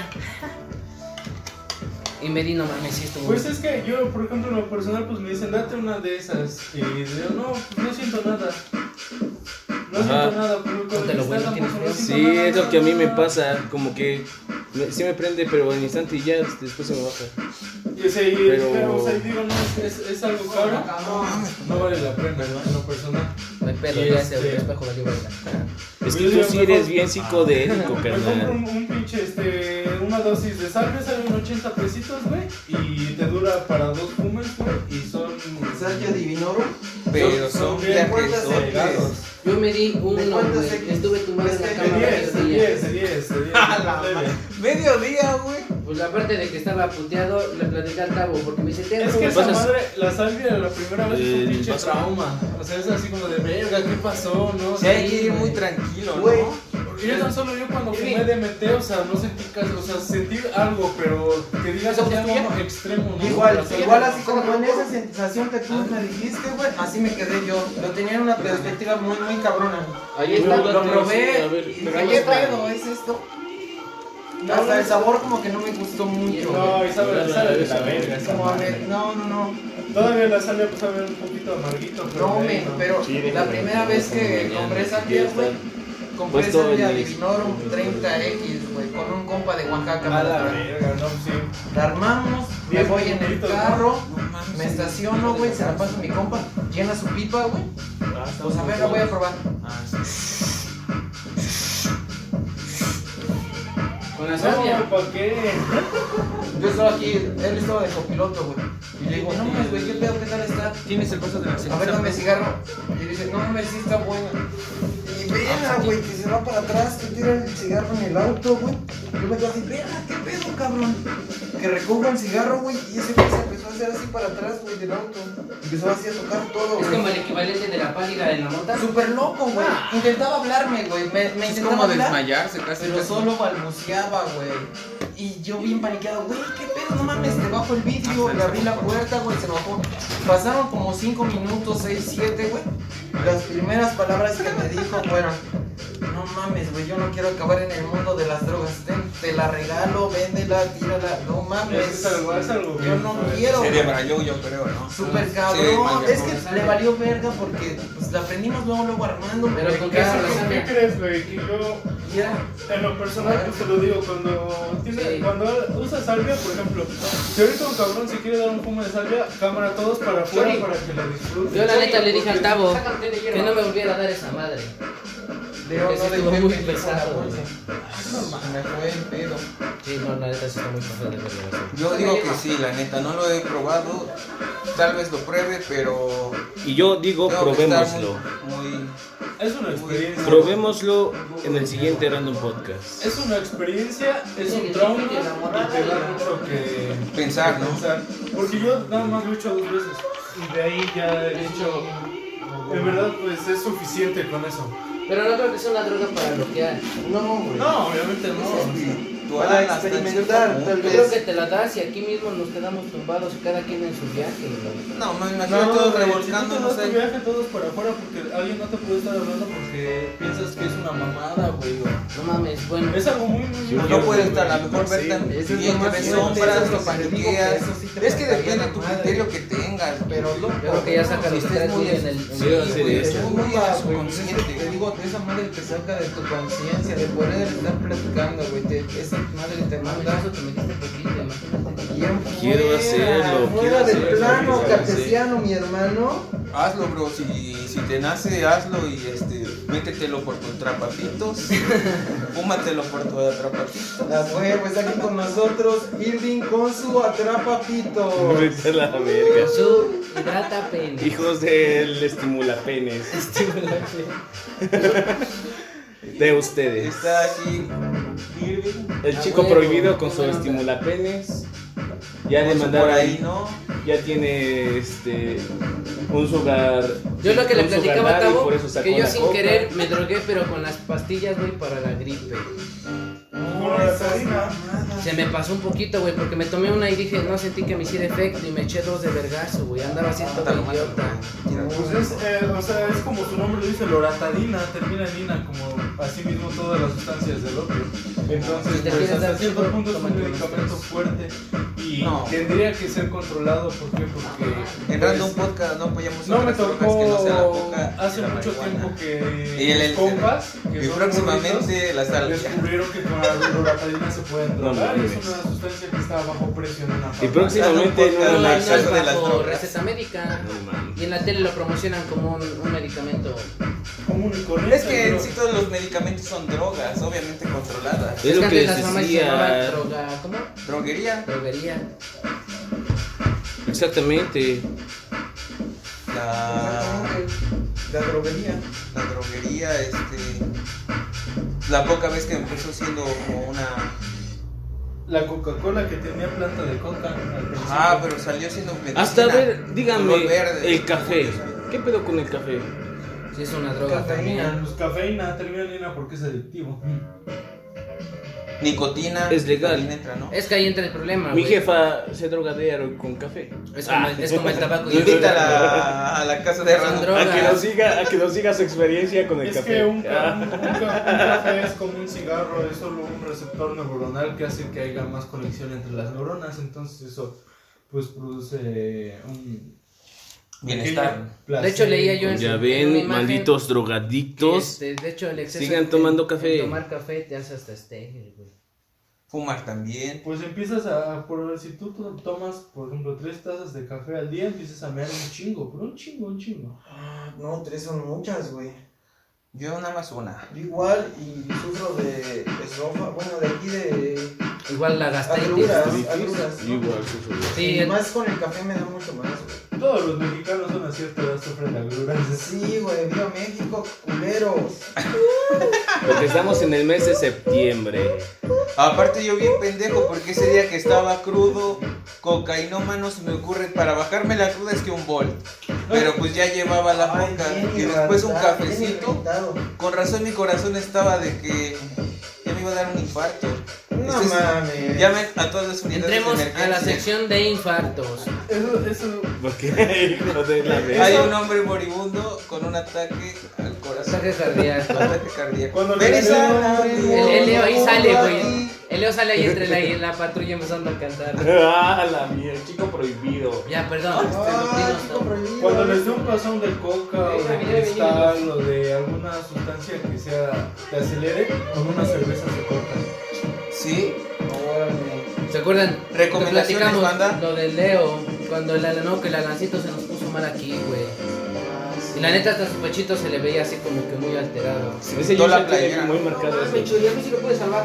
B: Y me di, no mames, si esto,
F: Pues es que yo, por ejemplo, en lo personal, pues me dicen, date una de esas. Y yo, no, pues no siento nada. No
E: Ajá.
F: siento nada, pero con
B: No te
F: el
B: lo voy a
F: cristal
B: decir,
F: tampoco
B: ¿no?
F: no siento
E: Sí,
F: nada,
E: es lo que a mí me
F: nada.
E: pasa, como que me- sí me prende, pero al instante y ya después se me baja.
F: Y, o sea, y-
E: Pero-
F: pero, o sea, y digo, no, es- es, es algo caro. No vale la pena, ¿no? En lo personal.
B: No hay pedo,
F: Y
B: ya
F: este-
B: se el espejo valió verga.
E: Es que
F: Yo
E: tú
F: digo,
E: sí
F: mejor-
E: eres bien psicodélico,
F: Me compro un,
E: carnal.
F: un pinche, este, una dosis de sal, me salen 80 pesitos, güey. Y te dura para dos fumes, güey. Y son.
D: Sergio Divinorum.
G: Pero son
F: Son
G: viajes
D: cuentas
G: son
D: de-
G: viajes.
B: Yo me di uno,
D: cuántas
B: güey.
D: X?
B: Estuve tumbado en la
D: Este,
F: De
B: cama
F: 10,
B: varios
F: de
B: días.
F: 10, de 10, de 10.
G: A la madre. Mediodía, güey.
B: Pues aparte de que estaba puteado, le platicé al tabo porque me dice, te
F: Pues Es Eh, que
B: hago-
F: esa
E: pasas-
F: madre, la salvia la primera vez es
E: El
F: un pinche
E: vaso.
F: trauma. O sea, es así como de verga, ¿qué pasó? No
G: Sí, hay que ir muy tranquilo,
D: Güey.
G: ¿no?
F: Y Yo tan solo yo cuando fumé DMT, o sea, no sentí casi, o sea, sentir algo, pero que digas
B: Eso
F: ya
B: fue
F: no extremo, ¿no?
D: Igual,
F: O sea,
D: igual
F: no-
D: así como con esa sensación que tú me dijiste, güey, así me quedé yo. Lo tenía en una perspectiva muy, muy cabrona.
B: Ahí
E: Yo
B: está,
E: lo
B: lo
E: probé, a ver,
B: probé. y
E: pero
B: dije,
E: ahí
B: "¿Qué
E: está".
G: eh,
B: pedo?
D: es esto? Hasta el sabor como que no me gustó mucho.
F: No, y sabe, sabe de la verga. esa
D: Como a
F: madre.
D: ver, no, no, no.
F: Todavía la salvia pues sabe un poquito amarguito, pero...
D: No,
F: de
D: me,
F: ahí, ¿no?
D: pero
E: Sí, déjame
D: la
E: ver,
D: primera
E: no,
D: vez
E: como
D: que
E: mañana,
D: compré
E: si
D: esa
E: quieres,
D: güey, compré
E: Puesto
D: esa
E: en el-
D: Divinorum 30X, güey, con un compa de Oaxaca.
F: A la
D: Mazatlán.
F: verga, no, sí.
D: La armamos, me
F: Diez
D: voy en el
F: minutitos, ¿no?
D: carro,
G: mames.
D: me estaciono, güey, se la paso a mi compa, llena su pipa, güey.
G: Ah,
D: Pues a ver, la voy a probar.
B: Con la
F: No,
B: salvia.
F: ¿para qué?
D: Yo estaba aquí, él estaba de copiloto, güey. Y le digo, no mames, güey, ¿qué pedo? ¿Qué tal está?
G: Este, Tienes el paso de la
D: A ver, dame cigarro. Y dice, no mames, sí está bueno. Y vea, güey, que se va para atrás, que tira el cigarro en el auto, güey. Yo me quedo así, vea, ¿qué pedo, cabrón? Que recojo el cigarro, güey, y ese güey se empezó a hacer así para atrás, güey, del auto. Empezó así a tocar todo,
B: Es como
D: güey.
B: el equivalente de la pálida de la mota.
D: Súper loco, güey. Intentaba hablarme, güey. Me, me
G: Es
D: intentaba
G: como
D: hablar.
G: desmayarse casi.
D: Pero
G: casi.
D: solo balbuceaba, güey. Y yo bien paniqueado, güey, qué pedo, no mames, te bajo el vidrio,
G: Ah,
D: le abrí la puerta, güey, se bajó. Pasaron como 5 minutos, 6, 7, güey. Las primeras palabras que me dijo fueron, no mames, güey, yo no quiero acabar en el mundo de las drogas. Ten, te la regalo, véndela, tírala, no mames.
F: Es algo, es algo.
D: Yo no quiero,
G: Se
D: güey.
G: debrayó, yo creo, ¿no?
D: Súper
G: Sí,
D: cabrón,
G: mal de
D: es que le valió verga porque pues, la aprendimos luego, luego armando.
B: Pero
D: güey,
B: con
F: ¿Qué,
B: qué
D: ya,
B: se lo-
F: ¿Qué crees, güey? Que yo
D: ya.
F: En lo personal, pues te lo digo, cuando, tiene-
B: Sí.
F: cuando usas salvia, por ejemplo, si ahorita un cabrón se quiere dar un fumo de salvia, cámara todos para afuera
B: Sorry.
F: para que la disfruten.
B: Yo la neta le dije al
F: Porque-
B: tabo que no me volviera a dar esa madre.
D: Leo
B: Ese
D: no le
B: estuvo
D: fue
B: muy
D: bien con la
B: pesado,
D: bolsa. Me fue el pedo.
B: Sí, no, la neta sí está muy pasada de verga.
G: Yo digo que sí, la neta, no lo he probado. Tal vez lo pruebe, pero.
E: Y yo digo,
G: tengo que
E: probémoslo.
G: estar Muy. muy-
D: Ah,
F: Es una experiencia.
E: Probémoslo en el siguiente Random Podcast.
F: Es una experiencia, es un trauma y te da mucho que
G: Pensar, ¿no?
F: pensar. Porque yo nada más lo he hecho dos veces. Y de ahí ya he dicho. En verdad, pues es suficiente con eso.
B: Pero no creo que sea una droga para bloquear.
D: No, güey.
F: No, obviamente no.
C: espiritual.
D: Para
C: hasta en
D: experimentar,
C: cierto
D: tal
B: Yo
C: punto.
D: vez.
B: creo que te la das y aquí mismo nos quedamos tumbados cada quien en su viaje. güey.
C: No, me imagino
F: No, no,
C: todos
F: güey,
C: revolcando,
F: si tú
C: no
F: te vas
C: sé.
F: de viaje todos para afuera porque alguien no te puede estar hablando porque piensas que es una mamada, güey. o-
B: No mames, bueno.
F: Es algo muy, muy...
C: Pues
F: muy-
C: no puede estar, a lo mejor ver tan
D: eso es
C: bien, que
D: lo más
C: ves
D: fuerte, eso
C: sombras,
D: es lo
C: lo
D: que te digo,
C: paniqueas.
D: eso sí te
C: Es que
D: mataría
C: depende
D: la
C: de tu
D: madre.
C: criterio que tengas, pero loco.
B: Creo que ya saca
C: si
B: los
C: estés
B: tres
C: muy
B: muy en el. en
E: Sí,
B: el-
E: así de eso.
C: Es
D: Muy
C: muy
D: mal, güey,
C: subconsciente.
D: Te digo, esa madre te saca de tu conciencia, de poder estar platicando, güey. te- Esa madre te
B: Mames,
D: manda
B: eso te metiste poquito, imagínate.
D: bien
E: Quiero
D: fuera,
E: hacerlo, quiero
D: Fuera de
E: hacerlo,
D: plano
E: quiero hacerlo.
D: cartesiano, mi hermano.
C: Hazlo, bro. Si, si te nace, hazlo y este, métetelo por tus trapapitos. Fúmatelo por tu trapapitos.
D: La fue, pues aquí con nosotros, Irving con su atrapapito.
E: Vete a la verga.
B: Su hidrata pene.
E: Hijos del estimulapenes. De ustedes.
C: Está aquí Irving.
E: El chico
B: Ah, bueno,
E: prohibido con
B: qué
E: su
B: buena
E: estimulapenes. Ya le
C: Por por
E: mandaron.
C: ahí, ¿no?
E: Ya tiene este. Un sugar.
B: Yo lo que le
E: un sugar
B: platicaba a
E: daddy,
B: Tavo,
E: por eso sacó
B: que yo
E: la
B: sin
E: coca.
B: querer me drogué, pero con las pastillas, güey, para la gripe.
F: Como la tarina.
B: Se me pasó un poquito, güey, porque me tomé una y dije, no sentí que me hiciera efecto y me eché dos de vergazo, güey. Andaba
E: Ah,
B: así todo idiota.
F: Pues es, eh, o sea, es como su nombre lo dice, loratadina, termina en ina, como así mismo todas las sustancias del opio. Entonces,
B: Si te
F: pues
B: quieres
F: hasta
B: dar
F: cierto
B: chido,
F: punto es un
B: tómate unos
F: medicamento
B: tres.
F: fuerte y
C: No.
F: tendría que ser controlado, ¿por qué? Porque... pues,
C: En Random Podcast no apoyamos
F: No me
C: otras drogas
F: tocó
C: que no sea la coca y
F: hace
C: la
F: mucho
C: marihuana.
F: tiempo que
C: Y el-
F: mis
C: el-
F: compas, que
C: Y
F: son burritos,
C: próximamente la salvia.
F: descubrieron que con la loratadina se pueden
E: No
F: drogar y es
E: mames.
F: una sustancia que está bajo presión en la
E: Y
F: farmacia.
E: próximamente en
C: Pero
B: Pero
E: una
C: la
B: la
C: exceso
E: Maxa-
C: de las
B: bajo
C: drogas.
B: receta médica.
E: No mames.
B: Y en la tele lo promocionan como un, un medicamento.
F: Como un corriente,
C: Es que en
F: pero-
C: sí todos los medicamentos son drogas, obviamente controladas.
E: Es lo
B: antes
E: que
B: las
E: les
B: mamás se
E: decía.
B: llamaban droga, ¿cómo?
C: Droguería,
B: Droguería.
E: Exactamente.
C: la,
D: La droguería.
C: la droguería, este... La poca vez que empezó siendo como una...
F: La Coca-Cola que tenía planta de coca. al principio.
C: Ah, pero salió siendo medicina.
E: Hasta ver,
C: Color
E: dígame,
C: verde.
E: el café. ¿Qué pedo con el café?
B: Sí, es una droga
F: Cafeína,
B: también.
F: pues cafeína, terminalina porque es adictivo.
C: Mm. Nicotina.
E: Es legal.
C: nicotina entra, ¿no?
B: Es que ahí entra el problema,
E: Mi
B: Ah, güey.
E: jefa se droga diario con café. Ah.
B: Es como, el, es como el tabaco y
C: Invítala a la casa de
B: Son
C: Random.
B: drogas.
E: A que nos diga, a que nos diga su experiencia con el
F: Es
E: café.
F: que un, ca-
E: Ah.
F: un- un ca- un café es como un cigarro, es solo un receptor neuronal que hace que haya más conexión entre las neuronas, entonces eso pues produce un
C: Bienestar.
F: pequeño
B: De
F: placer.
B: hecho, leía yo en
E: Ya
B: su- en una
E: ven,
B: imagen
E: malditos
B: que,
E: drogadictos.
B: este, de hecho, el exceso
E: Sigan
B: en-
E: tomando
B: en
E: café.
B: tomar café te hace hasta estéril, güey.
C: Fumar también.
F: Pues empiezas a, por, si tú to- tomas, por ejemplo, tres tazas de café al día, empiezas a mear un chingo, pero un chingo, un chingo.
D: Ah, No, tres son muchas, güey.
C: Yo nada más una.
D: Yo igual y sufro de estrofa, bueno, de aquí de
B: Igual la gastritis.
D: agruras,
E: Gastritis.
D: agruras. ¿no?
E: Igual, sí, sí.
B: Sí,
D: Y
B: el-
D: más con el café me da mucho más, güey. Pues
F: Todos los mexicanos son a cierta edad sufren de agruras.
D: Sí, güey, viva México, culeros.
C: Ah,
E: Porque estamos en el mes de septiembre.
C: Aparte yo bien pendejo porque ese día que estaba crudo, cocainómano se me ocurre para bajarme la cruda es que un volt. Pero pues ya llevaba la
D: Ay,
C: coca
D: bien
C: y después un
D: irritado, bien
C: cafecito. Este
D: irritado.
C: Con razón mi corazón estaba de que ya me iba a dar un infarto.
D: No
C: Este es-
D: mames.
C: Llamen a todas las unidades de
B: entremos a la
C: emergencia.
B: sección de infartos.
F: Eso, eso
E: Porque hijo de la
C: Hay
E: verga.
C: un hombre moribundo con un ataque al corazón.
B: Ataque cardíaco.
C: Ataque cardíaco.
F: Cuando
C: Ven
F: le
C: y
F: dio
C: sal,
F: un hombre
C: amigo.
B: ah, El, el Leo ahí sale, güey.
C: Aquí.
B: El Leo sale ahí entre la, la patrulla empezando a cantar.
E: Ah, la mierda, chico prohibido.
B: Ya, perdón.
D: Ay,
B: este,
D: chico
B: no,
D: prohibido.
F: Cuando les dé un pasón de coca o de cristal o de alguna sustancia que sea te acelere, con una cerveza se corta.
C: Sí,
D: Órale.
B: ¿Se acuerdan?
C: Recomendaciones,
B: Que platicamos
C: banda.
B: Lo del Leo, cuando el alanó, que el alancito se nos puso mal aquí, güey.
D: Ah, sí.
B: Y la neta, hasta su pechito se le veía así como que muy alterado.
C: se
E: Ese
C: quitó
E: yo
C: la
E: la tiene
C: playera.
E: muy marcado. así.
D: Chuy, a mí sí lo puedes salvar.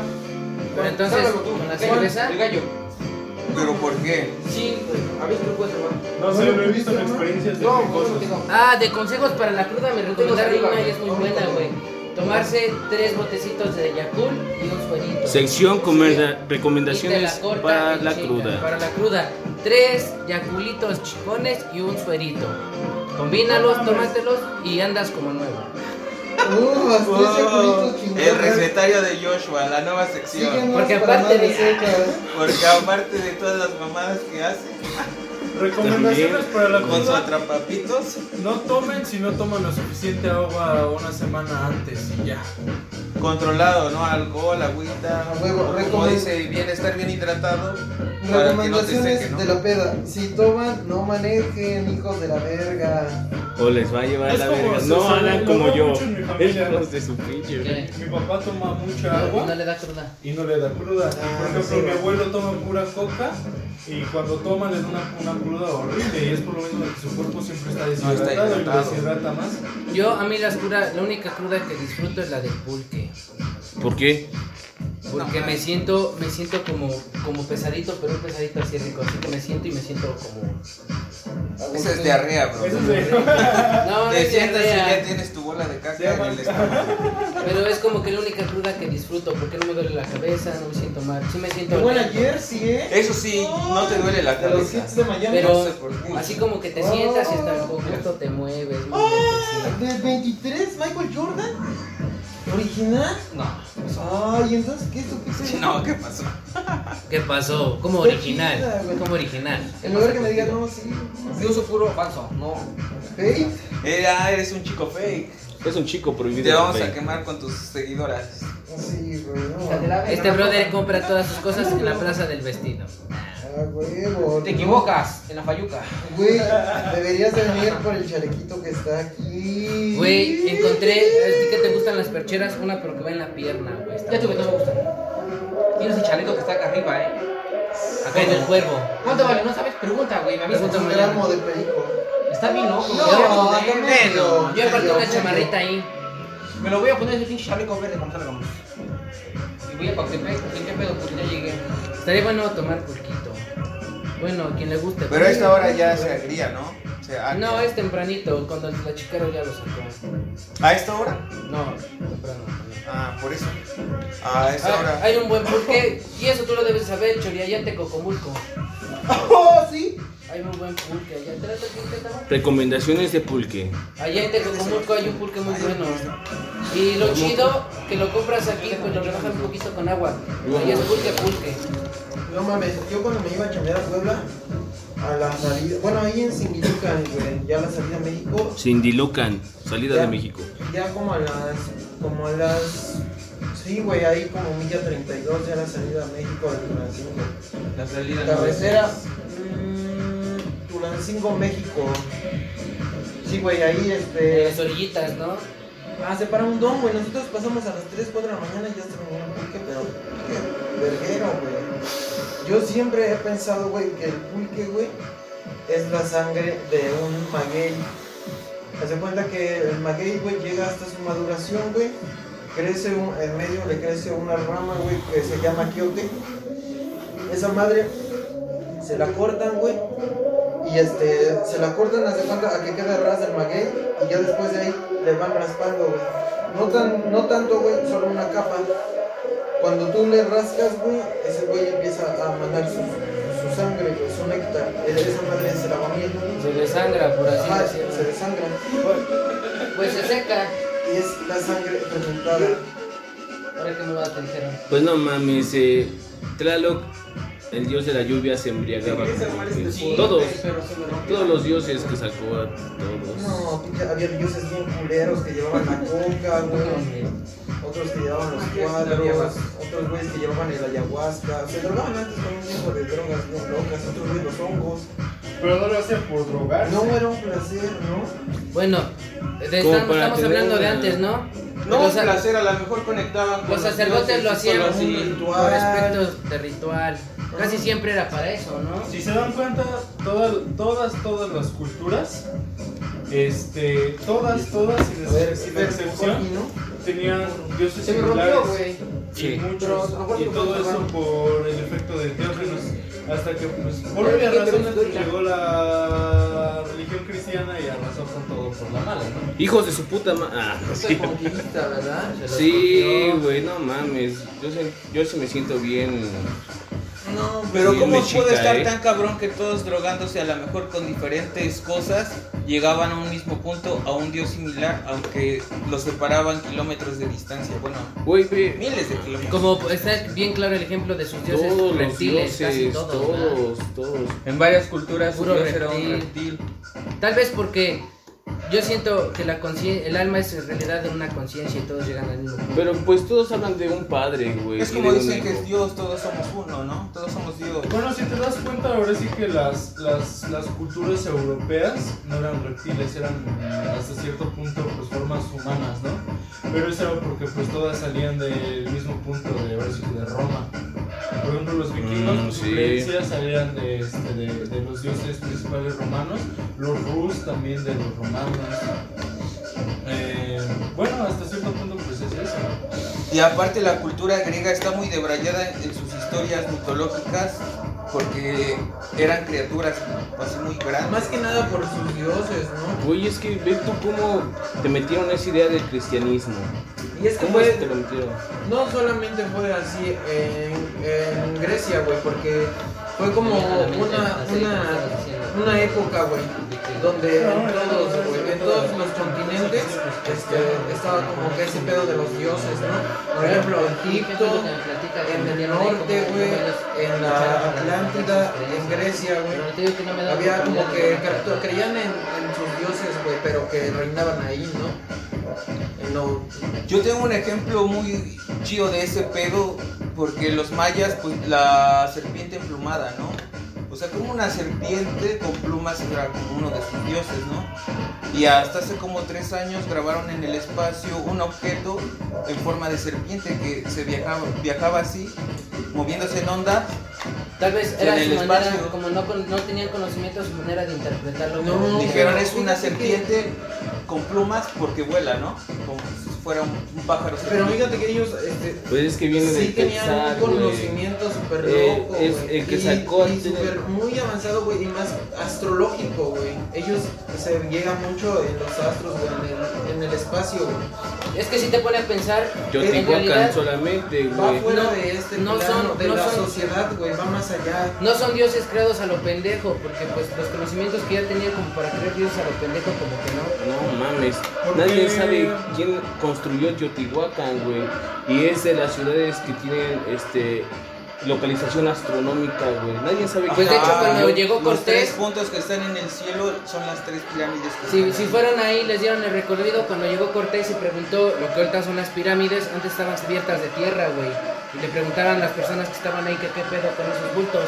B: Pero entonces,
D: Sálvalo tú.
B: con la
D: Gallo,
B: cerveza.
D: El gallo.
C: ¿Pero por qué?
D: Sí, güey, a mí sí lo puedes salvar.
F: No sé, lo he visto en experiencias de
D: No, no,
F: cosas.
D: no tengo.
B: Ah, de consejos para la cruda me recomendaron
D: arriba,
B: una y es muy
D: güey.
B: buena, güey. Tomarse tres botecitos de Yakult y un sueñito.
E: Sección comer-
B: Y
E: recomendaciones
B: te cortan
E: para
B: en
E: la
B: chinga,
E: cruda.
B: Para la cruda, tres yaculitos chicones y un suerito. Combínalos, tómatelos y andas como nuevo.
D: Uh, hasta
G: Oh,
D: culitos chingones.
G: el recetario de Joshua, la nueva
D: Síguenos
G: sección.
B: Porque
D: para más
B: aparte de-
D: recetas.
G: Porque aparte de todas las mamadas que hace,
F: Recomendaciones para la
G: con su
F: comida.
G: atrapapitos,
F: No tomen si no toman lo suficiente agua una semana antes y ya.
G: controlado, ¿no? Alcohol, agüita,
C: Ah,
D: A huevo,
G: como
D: recomen-
G: dice, bien estar bien hidratado para que no te
D: Recomendaciones
G: seque, ¿no?
D: de la peda. Si toman, no manejen, hijos de la verga.
E: O les va a llevar a
F: Es
E: la
F: como
E: verga.
F: se
E: No
F: sabe,
E: hagan
F: lo
E: como
F: veo
E: yo.
F: mucho en mi familia.
E: Hijos de su pinche.
B: ¿Qué?
F: Mi papá toma mucha
B: No, no
F: agua
B: le da cruda.
F: y no le da cruda.
D: Ah,
F: Por
D: sí.
F: ejemplo, mi abuelo toma pura coca y cuando toma le da una, una cruda horrible y es por lo mismo que su cuerpo siempre está
G: está
F: deshidratado y lo
G: hidratado.
F: deshidrata más.
B: Yo, a mí, las crudas, la única cruda que disfruto es la del pulque.
E: ¿Por qué?
B: Porque me siento, me siento como, como pesadito, pero un pesadito así rico. Así que me siento y me siento como.
G: Esa es diarrea, bro.
F: Eso se-
B: No, no
G: Te
B: es
G: sientas y ya
B: diarrea,
G: tienes tu bola de
F: Se
G: caca en
F: llama-
G: el estómago.
B: Pero es como que la única cruda que disfruto. Porque no me duele la cabeza, no me siento mal. Sí me siento
D: Igual
B: mal.
D: ayer sí, ¿eh?
G: Eso sí, no te duele la
D: De los
G: cabeza.
D: hits de Miami.
B: Pero
G: No sé por qué.
B: así como que te sientas y hasta con gusto te mueves. mueves,
D: ¿De 23 Michael Jordan? ¿Original?
B: No.
D: Ay, entonces, ¿qué supiste?
G: No, ¿qué pasó?
B: ¿Qué pasó? Como
D: Qué
B: original.
D: chida, güey.
B: Como original.
D: En lugar que me digan, no, sí.
H: Yo uso puro falso, no.
D: Hey,
G: Era, Eh, ah, eres un chico fake.
E: Es un chico prohibido.
G: Te vamos
E: güey.
G: a quemar con tus seguidoras.
D: sí, güey, no.
H: La de la-
B: Este brother compra todas sus cosas en la plaza del vestido.
D: Ah, huevo.
H: Te equivocas en la fayuca.
D: Güey, deberías de venir por el chalequito que está aquí.
B: Güey, encontré, a ti que te gustan las percheras, una pero que va en la pierna, güey. Está
H: Ya tuve,
B: muy
H: no me
B: chida.
H: gusta. Tienes ese chaleco que está acá arriba, eh.
B: Acá en el cuervo.
H: ¿Cuánto vale? No sabes, pregunta, güey. Me avisas.
B: Pregunta
D: Un
B: mañana.
D: gramo de perico.
H: Está bien, ¿no? Como
B: No,
H: yo-
D: acá
H: eh,
D: medio,
B: Yo aparté una
D: medio,
B: chamarrita ahí.
H: Me lo voy a poner ese pinche chaleco verde cuando salga. Y voy a Pactepec. ¿En qué pedo? Pues ya llegué.
B: Estaría bueno tomar pulquito. Bueno, a quien le guste.
G: Pero a esta hora ya se agría, ¿no? O sea,
B: No, es tempranito, cuando la chicara ya lo sacó.
G: ¿A esta hora?
B: No, temprano.
G: Ah, por eso. A esta
B: Ah,
G: hora.
B: hay un buen pulque, y eso tú lo debes saber, Choriayante Cocomulco.
D: ¡Oh, sí!
B: Hay un buen pulque allá. ¿Trata el pulque, Tama?
E: Recomendaciones de pulque.
B: Allá en Tecocomulco hay un pulque muy bueno. Y lo chido que lo compras aquí, pues lo rebajan un poquito con agua. Allá es pulque, pulque.
D: No mames, yo cuando me iba a chambear a Puebla, a la salida, bueno, ahí en Singilucan, güey, ya la salida a México,
E: Sindilucan, salida
D: Ya.
E: de México.
D: ya como a las, como a las, sí, güey, ahí como milla 32, ya la salida a México de Tulancingo.
G: La salida.
D: Carretera, mm, Tulancingo, México. Sí, güey, ahí,
B: De
D: este,
B: las orillitas, ¿no?
D: ah, se para un don, güey, nosotros pasamos a las 3, 4 de la mañana y ya se me un pulque, pero, qué verguero, güey. Yo siempre he pensado, güey, que el pulque, güey, es la sangre de un maguey. Haz de cuenta que el maguey, güey, llega hasta su maduración, güey. Crece un- en medio, le crece una rama, güey, que se llama quiote. Esa madre se la cortan, güey. Y este, se la cortan, haz de cuenta, a que quede ras del maguey. Y ya después de ahí le van raspando, güey. No, tan, no tanto, güey, solo una capa. Cuando tú le rascas, güey, ese güey empieza a mandar su, su sangre, güey, su néctar. Esa madre se la va miendo, güey.
B: Se desangra, por así
D: Ajá, se
B: decirlo.
D: desangra.
B: Pues se seca.
D: Y es la sangre fermentada.
B: Ahora que me va a atender.
E: Pues no mames, eh, Tlaloc, el dios de la lluvia, se embriagaba. con pulque. todos, todos los dioses que sacó a todos.
D: No, pinche, había dioses bien culeros que llevaban la coca, güey. Otros que llevaban los cuadros. Otros güeyes que llevaban el ayahuasca. Se drogaban antes con un tipo de drogas bien locas. Otros güeyes los hongos.
F: Pero no lo hace por drogarse.
D: No era un placer, ¿no?
B: Bueno, de
E: Como
B: estamos,
E: para
B: estamos
E: tener
B: hablando de
E: una-
B: antes, ¿no?
G: No,
B: los,
G: un placer, a lo mejor conectaban con
B: los sacerdotes
G: dioses
B: lo
G: y
B: hacían
G: solo
D: un
G: así.
D: ritual.
B: por aspectos de ritual. Casi siempre era para eso, ¿no?
F: Si se dan cuenta, todas, todas, todas las culturas, este, todas, todas, sin,
D: A ver,
F: ex- sin
D: pero
F: excepción,
D: Jorge, ¿no?
F: tenían dioses
H: Se me rompió,
F: similares.
H: güey.
F: y
E: Sí.
F: muchos,
H: Pero, ¿cuánto
F: y todo
H: cuesta,
F: eso
H: mano?
F: por el efecto de Teógenes, hasta que pues, por
H: Ya,
F: varias
H: ¿qué te
F: razones pues,
H: resulta?
F: llegó la religión cristiana y arrasó con todo por la mala, ¿no?
E: Hijos de su puta ma... Ah,
D: Esta conquista,
B: Ah,
D: ¿verdad?
B: Se los
E: sí,
B: copió.
E: güey, no mames. Yo, se- yo sí me siento bien
G: No, pero
E: Sí,
G: ¿cómo
E: me chica,
G: puede estar
E: eh.
G: tan cabrón que todos drogándose a lo mejor con diferentes cosas llegaban a un mismo punto, a un dios similar, aunque los separaban kilómetros de distancia? Bueno,
E: Güey, ve,
G: miles de kilómetros.
B: Como está bien claro el ejemplo de sus dioses
E: todos los
B: reptiles, casi
E: dioses,
B: todos. ¿verdad?
E: todos, todos.
G: En varias culturas
B: Puro
G: Dios era un
B: reptil.
G: reptil.
B: Tal vez porque yo siento que la conscien- el alma es en realidad de una conciencia y todos llegan al mismo punto.
E: Pero pues todos hablan de un padre, güey.
G: Es
E: y
G: como
E: de un
G: dicen que
E: hijo.
G: es Dios, todos somos uno, ¿no? Todos somos Dios.
F: Bueno, si te das cuenta, ahora sí que las, las, las culturas europeas no eran reptiles, eran eh, hasta cierto punto pues formas humanas, ¿no? Pero eso era porque pues todas salían del mismo punto de, ahora sí que de Roma. Por ejemplo, los vikingos,
E: Mm,
F: pues, sus
E: sí.
F: creencias salían de, este, de, de los dioses principales romanos, los rus también de los romanos. Eh, bueno, hasta cierto punto pues es eso.
G: Y aparte la cultura griega está muy debrayada en sus historias mitológicas porque eran criaturas así muy grandes.
H: Más que nada por sus dioses, ¿no?
E: Güey, es que ve tú cómo te metieron esa idea del cristianismo.
H: Y es que
E: ¿Cómo es que te
H: fue,
E: lo metieron?
H: no solamente fue así en, en Grecia, güey, porque fue como una, una, una época, güey, donde en todos, güey, en todos los continentes este, estaba como que ese pedo de los dioses, ¿no? Por ejemplo, Egipto, en el norte, güey, en la Atlántida, en Grecia, güey. Había como que cre- creían en, en sus dioses, güey, pero que reinaban ahí, ¿no? En lo-
G: Yo tengo un ejemplo muy chido de ese pedo, porque los mayas, pues la serpiente emplumada, ¿no? O sea, como una serpiente con plumas era como uno de sus dioses, ¿no? Y hasta hace como tres años grabaron en el espacio un objeto en forma de serpiente que se viajaba, viajaba así, moviéndose en onda.
B: Tal vez
G: En
B: era
G: el
B: su manera,
G: espacio.
B: como no, con- no tenían conocimiento, su manera de interpretarlo.
H: No,
B: como-
G: Dijeron,
H: pero
G: es una
H: fíjate que-
G: serpiente con plumas porque vuela, ¿no? Como si fuera un, un pájaro.
H: Pero
G: serpiente.
H: fíjate que ellos este,
E: Pues es que viene de
H: sí tenían
E: pensar,
H: un
E: güey.
H: conocimiento súper
E: Eh,
H: loco,
E: es
H: güey,
E: el que
H: y-
E: sacó
H: y
E: el-
H: súper muy avanzado, güey, y más astrológico, güey. Ellos se llegan mucho en los astros, güey, en el, en el espacio, güey.
B: Es que si te pone a pensar,
E: Yo
B: en
E: te
B: realidad,
E: solamente,
H: Va
E: güey.
H: fuera
B: No,
H: de este
B: no
H: plano,
B: son-
H: de
B: no
H: la
B: son-
H: sociedad, güey, va más allá.
B: no son dioses creados a lo pendejo, porque pues los conocimientos que ya tenían como para creer dioses a lo pendejo, como que no.
E: No mames,
F: ¿Por
E: nadie
F: qué?
E: sabe quién construyó Teotihuacán, güey. Y es de las ciudades que tienen este localización astronómica, güey. Nadie sabe
G: Ajá,
B: Pues de hecho, cuando
G: yo-
B: llegó
G: Los tres
B: Cortés-
G: puntos que están en el cielo son las tres pirámides que
B: Si,
G: están
B: si
G: ahí.
B: fueron ahí, les dieron el recorrido. Cuando llegó Cortés y preguntó lo que ahorita son las pirámides, antes estaban cubiertas de tierra, güey. Y le preguntaban a las personas que estaban ahí que qué pedo con esos bultos.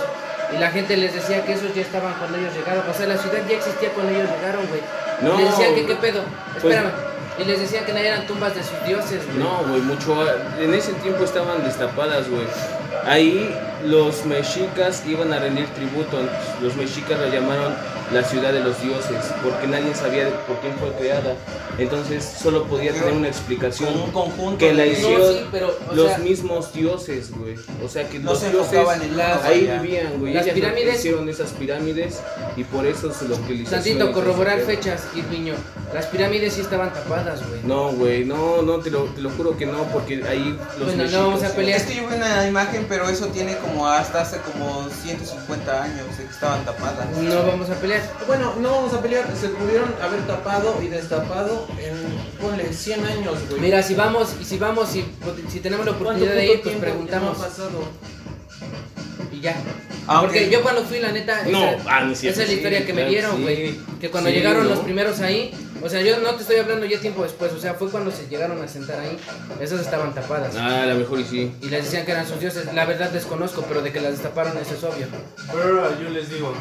B: Y la gente les decía que esos ya estaban cuando ellos llegaron. O sea, la ciudad ya existía cuando ellos llegaron, güey.
E: No.
B: les decían que qué pedo.
E: Pues-
B: Espérame. Y les decían que no eran tumbas de sus dioses, güey.
E: No, güey, mucho. En ese tiempo estaban destapadas, güey. Ahí los mexicas iban a rendir tributo. Los mexicas la llamaron la ciudad de los dioses, porque nadie sabía de por quién fue creada. Entonces solo podía tener una explicación
G: Como un conjunto
E: que la
G: de-
B: No,
E: hicieron
B: sí, pero, o
E: los
B: sea-
E: mismos dioses, güey. O sea que
G: No
E: los
G: se
E: dioses
G: enfocaban en
B: las-
G: las
E: ahí vivían, güey.
B: Las
E: Ellas lo-
B: pirámides-
E: hicieron esas pirámides y por eso se lo utilizaron.
B: Tantito, corroborar fechas, Irviño. Las pirámides sí estaban tapadas, güey.
E: No, güey, no, no, te lo, te lo juro que no, porque ahí los
B: Bueno, no
E: mexicas-
B: vamos a pelear.
G: Es que yo vi una imagen, pero eso tiene como hasta hace como 150 años de que estaban tapadas.
B: No vamos a pelear.
H: Bueno, no vamos a pelear, se pudieron haber tapado y destapado en, ponle, 100 años, güey.
B: Mira, si vamos, y si vamos, y si tenemos la
H: ¿Cuánto
B: oportunidad de
H: puto
B: ir, pues
H: tiempo
B: preguntamos.
H: no ha pasado?
B: Y ya.
G: Ah,
B: Porque
G: ok.
B: yo cuando fui, la neta, esa,
E: No, ah, no es cierto,
B: esa es la
E: sí,
B: historia que me
E: claro,
B: dieron,
E: sí.
B: güey. Que cuando
E: Sí,
B: llegaron
E: ¿no?
B: los primeros ahí, o sea, yo no te estoy hablando ya tiempo después, o sea, fue cuando se llegaron a sentar ahí, esas estaban tapadas.
E: Ah, a lo mejor y sí.
B: Y les decían que eran sus dioses, la verdad desconozco, pero de que las destaparon eso es obvio.
F: Pero ahora yo les digo,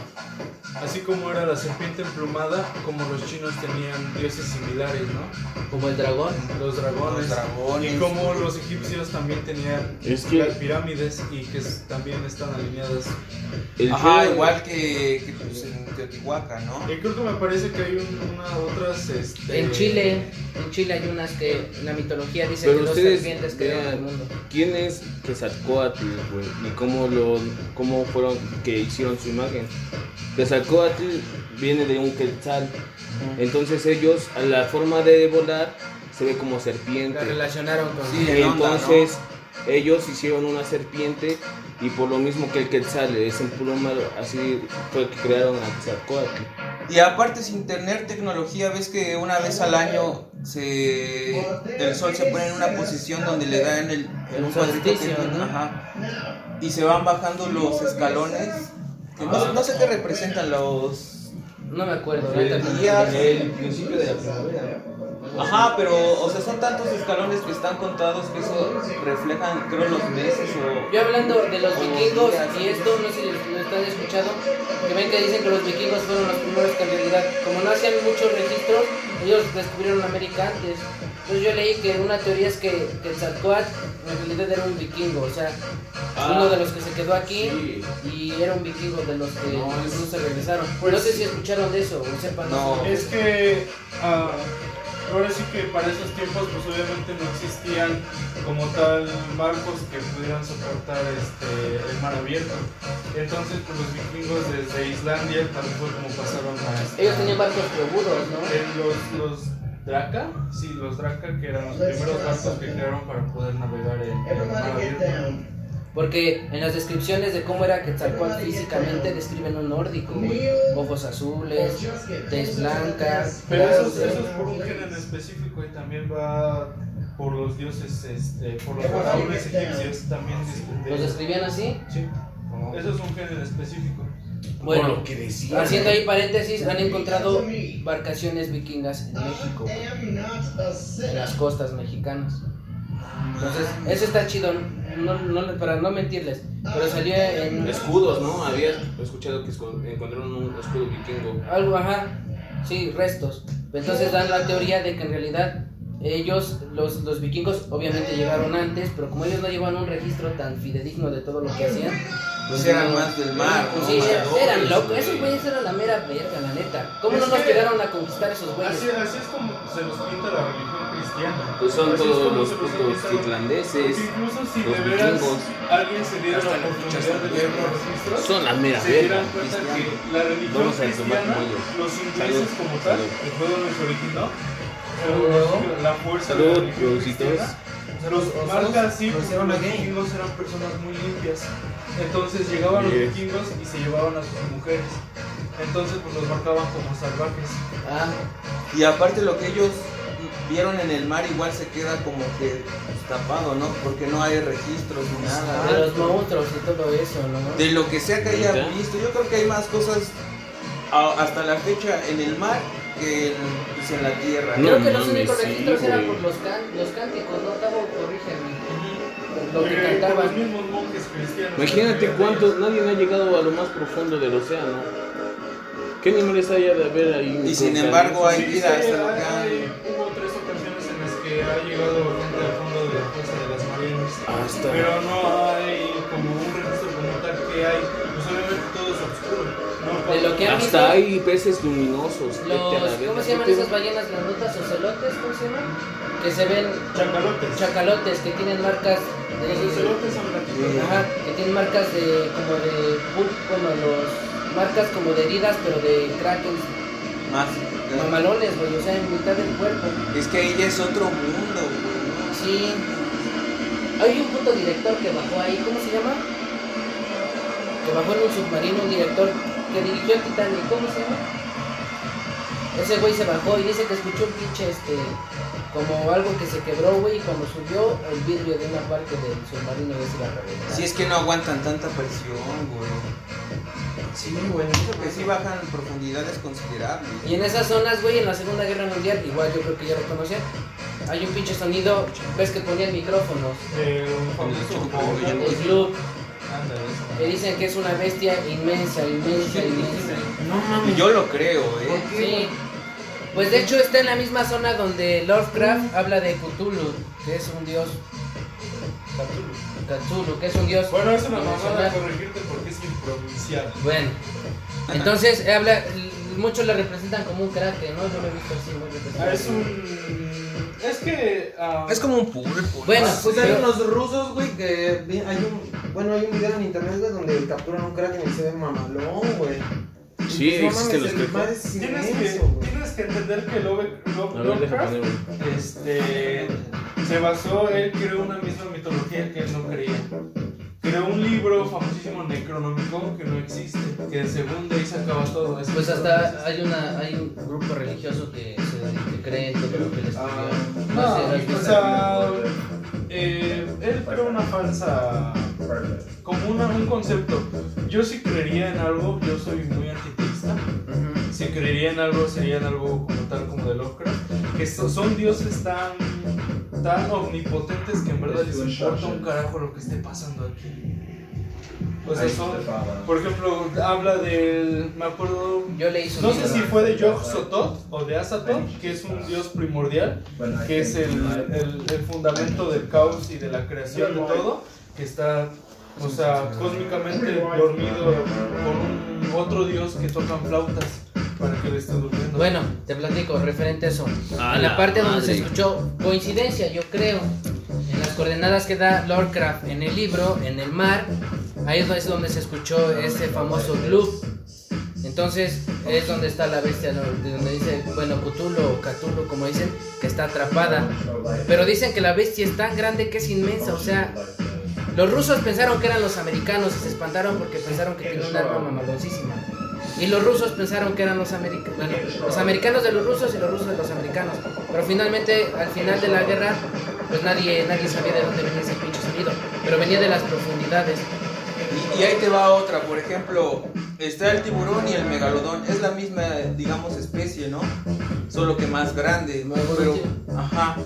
F: así como era la serpiente emplumada, como los chinos tenían dioses similares, ¿no?
B: Como el dragón.
F: Los dragones.
E: pues,
G: Los dragones.
F: Y como los egipcios también tenían
E: Es que-
F: las pirámides y que s- también están alineadas.
E: El
G: Ajá,
E: pedo-
G: igual que, que, pues, en Teotihuacán, ¿no?
F: Y creo que me parece que hay un- una otras... Este,
B: En Chile, en Chile hay unas que en la mitología dice
E: Pero
B: que dos
E: ustedes
B: serpientes crearon el
E: vean
B: mundo.
E: quién es Quetzalcoatl, güey, y cómo lo, cómo fueron que hicieron su imagen. Quetzalcoatl viene de un quetzal, entonces ellos a la forma de volar se ve como
B: La
E: serpiente.
B: relacionaron con...
G: Sí,
E: Y
G: en onda,
E: entonces Ellos hicieron una serpiente y por lo mismo que el Quetzal es un pluma, así fue que crearon a Quetzalcóatl.
G: Y aparte sin tener tecnología, ves que una vez al año se, el sol se pone en una posición donde le da en, el, en un cuadrito que-
B: solsticio, ¿no?
G: ajá, y se van bajando los escalones. que no, no sé qué representan los...
B: No me acuerdo. la neta,
G: los
B: no.
G: días.
I: El principio de la primavera.
G: Ajá, pero o sea, son tantos escalones que están contados que eso reflejan, creo, los meses o...
B: Yo hablando de los
G: o
B: vikingos
G: días.
B: y esto, no sé si lo están escuchando, que ven que dicen que los vikingos fueron los primeros que en realidad, como no hacían muchos registros, ellos descubrieron América antes. Entonces yo leí que una teoría es que, que el Zacatl en realidad era un vikingo, o sea, uno de los que se quedó aquí y era un vikingo de los que no, se regresaron. no sé si escucharon de eso o sepan.
G: No.
B: eso.
F: Es que ah, ahora sí que para esos tiempos pues obviamente no existían como tal barcos que pudieran soportar este, el mar abierto. Entonces pues los vikingos desde Islandia también fue como pasaron a... este,
B: Ellos tenían barcos probudos, ¿no?
F: en los, los Draca, sí, los Draca que eran los primeros barcos que crearon para poder navegar en el mar abierto.
B: Porque en las descripciones de cómo era Quetzalcóatl físicamente describen un nórdico, güey. Ojos azules, tez blanca.
F: Pero eso,
B: bronce.
F: eso es por un género en específico y también va por los dioses, este, por los faraones egipcios también. este,
B: Ah, ¿Los describían así?
F: Sí. Eso es un género específico.
B: Bueno, haciendo ahí paréntesis, han encontrado embarcaciones vikingas en México, güey, en las costas mexicanas. Entonces, eso está chido, no, no- para no mentirles, pero salió en
E: Escudos, ¿no? Había escuchado que escon- encontraron un escudo vikingo.
B: Algo, ajá. Sí, restos. Entonces dan la teoría de que en realidad ellos, los, los vikingos, obviamente llegaron antes, pero como ellos no llevan un registro tan fidedigno de todo lo que hacían,
G: Pues eran más del mar,
B: pues
G: ¿no?
B: sí,
G: Maradores,
B: eran locos.
G: güey.
B: Esos güeyes eran la mera verga, la neta. ¿Cómo
F: Es
B: no nos
F: que-
B: llegaron a conquistar esos güeyes?
F: Así, así es como se nos pinta la religión cristiana.
E: Pues son
F: Así es
E: todos
F: como
E: los
F: se nos
E: putos
F: pinta.
E: irlandeses.
F: Porque Incluso si
E: los
F: de veras
E: vikingos.
F: alguien se diera la
E: Hasta los
F: oportunidad de
E: pinches
F: leer los registros,
E: Son las meras
F: se
E: vergas.
F: dieran cuenta
E: cristianos.
F: que la religión
E: Vamos a tomar
F: cristiana,
E: pollo.
F: los
E: Salud.
F: ingleses como tal,
E: Salud.
F: que fue donde se originó, eh, la fuerza de la
E: Salud,
F: religión
E: productores.
F: cristiana, los
H: Los-
F: marca así
H: los
F: porque
H: hicieron
F: los
H: gay.
F: vikingos eran personas muy limpias. Entonces llegaban los
E: Yes.
F: vikingos y se llevaban a sus mujeres. Entonces pues los marcaban como salvajes.
B: Ah,
G: Y aparte lo que ellos vieron en el mar igual se queda como que tapado, ¿no? Porque no hay registros ni
B: Ah, de
G: nada.
B: los monstruos y todo eso, ¿no?
G: De lo que sea que haya visto, yo creo que hay más cosas a- hasta la fecha en el mar que en, pues, en la tierra.
E: No.
B: Creo que los
E: mames,
B: únicos
E: sí,
B: registros eran
E: güey.
B: por los, can- los cánticos, ¿no? Cabo, corrígeme. Lo que
F: Eh, por los
B: cantaban.
F: mismos monjes cristianos.
E: Imagínate cuántos, nadie ha llegado a lo más profundo del océano. ¿Qué animales hay de haber ahí?
G: Y sin embargo hay
F: Sí, sí,
G: vida hasta lo que
F: hay-
G: hay.
F: Hubo tres ocasiones en las que ha llegado gente al fondo de la Fuerza de las Marinas.
E: Hasta.
F: Pero no hay como un registro como tal que hay. Pues obviamente todo es oscuro. No,
B: De lo que han visto.
E: Hasta hay peces luminosos. Vete Este, a la
B: Los, ¿Cómo
E: verga.
B: se llaman esas ballenas grandotas? ¿Ocelotes? ¿Cómo se llaman? Que se ven
F: Chacalotes.
B: chacalotes, que tienen marcas
F: Los
B: de...
F: ocelotes son gatitos.
B: Ajá, que tienen marcas de... como de... pul- bueno, los... marcas como de heridas, pero de crackers
G: Más.
B: mamalones, güey, o sea, en mitad del cuerpo.
G: Es que ahí ya es otro mundo, güey.
B: Sí. Hay un puto director que bajó ahí, ¿cómo se llama? Que bajó en un submarino, un director que dirigió el Titanic, ¿cómo se llama? Ese güey se bajó y dice que escuchó un pinche, este, como algo que se quebró, güey, y cuando subió el vidrio de una parte del submarino de ese barra.
G: Si es que no aguantan tanta presión, güey.
H: Sí, güey.
G: Creo que sí bajan profundidades considerables.
B: Y en esas zonas, güey, en la Segunda Guerra Mundial, igual yo creo que ya lo conocían, hay un pinche sonido, ves que ponían micrófonos,
F: Eh, un famoso
B: el
F: bobo.
B: club,
F: Ándale, eso.
B: que dicen que es una bestia inmensa, inmensa, inmensa.
H: No mames.
G: Y yo lo creo, ¿eh?
H: ¿Por
B: Sí.
H: qué?
B: Pues de hecho está en la misma zona donde
F: Mm.
B: Lovecraft habla de Cthulhu, que es un dios. Cthulhu, que es un dios.
F: Bueno, es una
B: dimensional.
F: mamada corregirte porque es improvinciado.
B: Bueno. Entonces habla, l- muchos la representan como un kraken, ¿no? Yo lo he visto así muy representado.
F: Ah, es un. Es que. ah,
G: Es como un pulpo.
B: Bueno,
H: Pues hay
B: pero-
H: unos rusos, güey, que vi- hay un, bueno, hay un video en internet güey, donde capturan un kraken y se ve mamalón, güey.
E: Sí,
D: pues,
H: No
E: existen los
H: mames, el
E: cracks.
H: mar es
F: Tienes que,
H: inmenso, güey.
F: tienes que entender que Love- Love-
E: A ver, deja
F: Lovecraft
E: poner uno.
F: este, se basó, él creó una misma mitología que él no creía. Creó un libro famosísimo necronómico que no existe, que según de ahí se acaba todo. eso.
J: Pues hasta hay, una, hay un grupo religioso que, se, que cree en todo lo que les
F: Ah,
J: escribió.
F: no, pues,
J: sé, ¿has
F: o
J: visto?
F: sea, eh, él creó una falsa, como una, un concepto. Yo sí creería en algo, yo soy muy antiteísta. Si creería en algo, sería en algo como tal, como de Lovecraft. Que so- son dioses tan, tan omnipotentes que en verdad les importa un carajo lo que esté pasando aquí. O sea, son, por ejemplo, habla del, me acuerdo,
B: Yo leí su
F: no
B: libro.
F: sé si fue de Yog-Sothoth o de Azathoth, que es un dios primordial, que es el, el- el fundamento del caos y de la creación de todo, que está, o sea, cósmicamente dormido por un otro dios que tocan flautas para que le esté durmiendo.
B: Bueno, te platico referente a eso.
E: A
B: en la,
E: la
B: parte donde se
E: madre.
B: escuchó coincidencia, yo creo. En las coordenadas que da Lovecraft en el libro, en el mar, ahí es donde se escuchó ese famoso gloop. Entonces es donde está la bestia, ¿no? De donde dice, bueno, Cthulhu o Cthulhu, como dicen, que está atrapada. Pero dicen que la bestia es tan grande que es inmensa, o sea, los rusos pensaron que eran los americanos y se espantaron porque pensaron que tenía un arma mamaloncísima. Y los rusos pensaron que eran los americanos, los americanos de los rusos y los rusos de los americanos. Pero finalmente, al final de la guerra, pues nadie, nadie sabía de dónde venía ese pinche sonido. Pero venía de las profundidades.
G: Y, y ahí te va otra, por ejemplo, está el tiburón y el megalodón, es la misma, digamos, especie, ¿no? Solo que más grande, pero, ajá,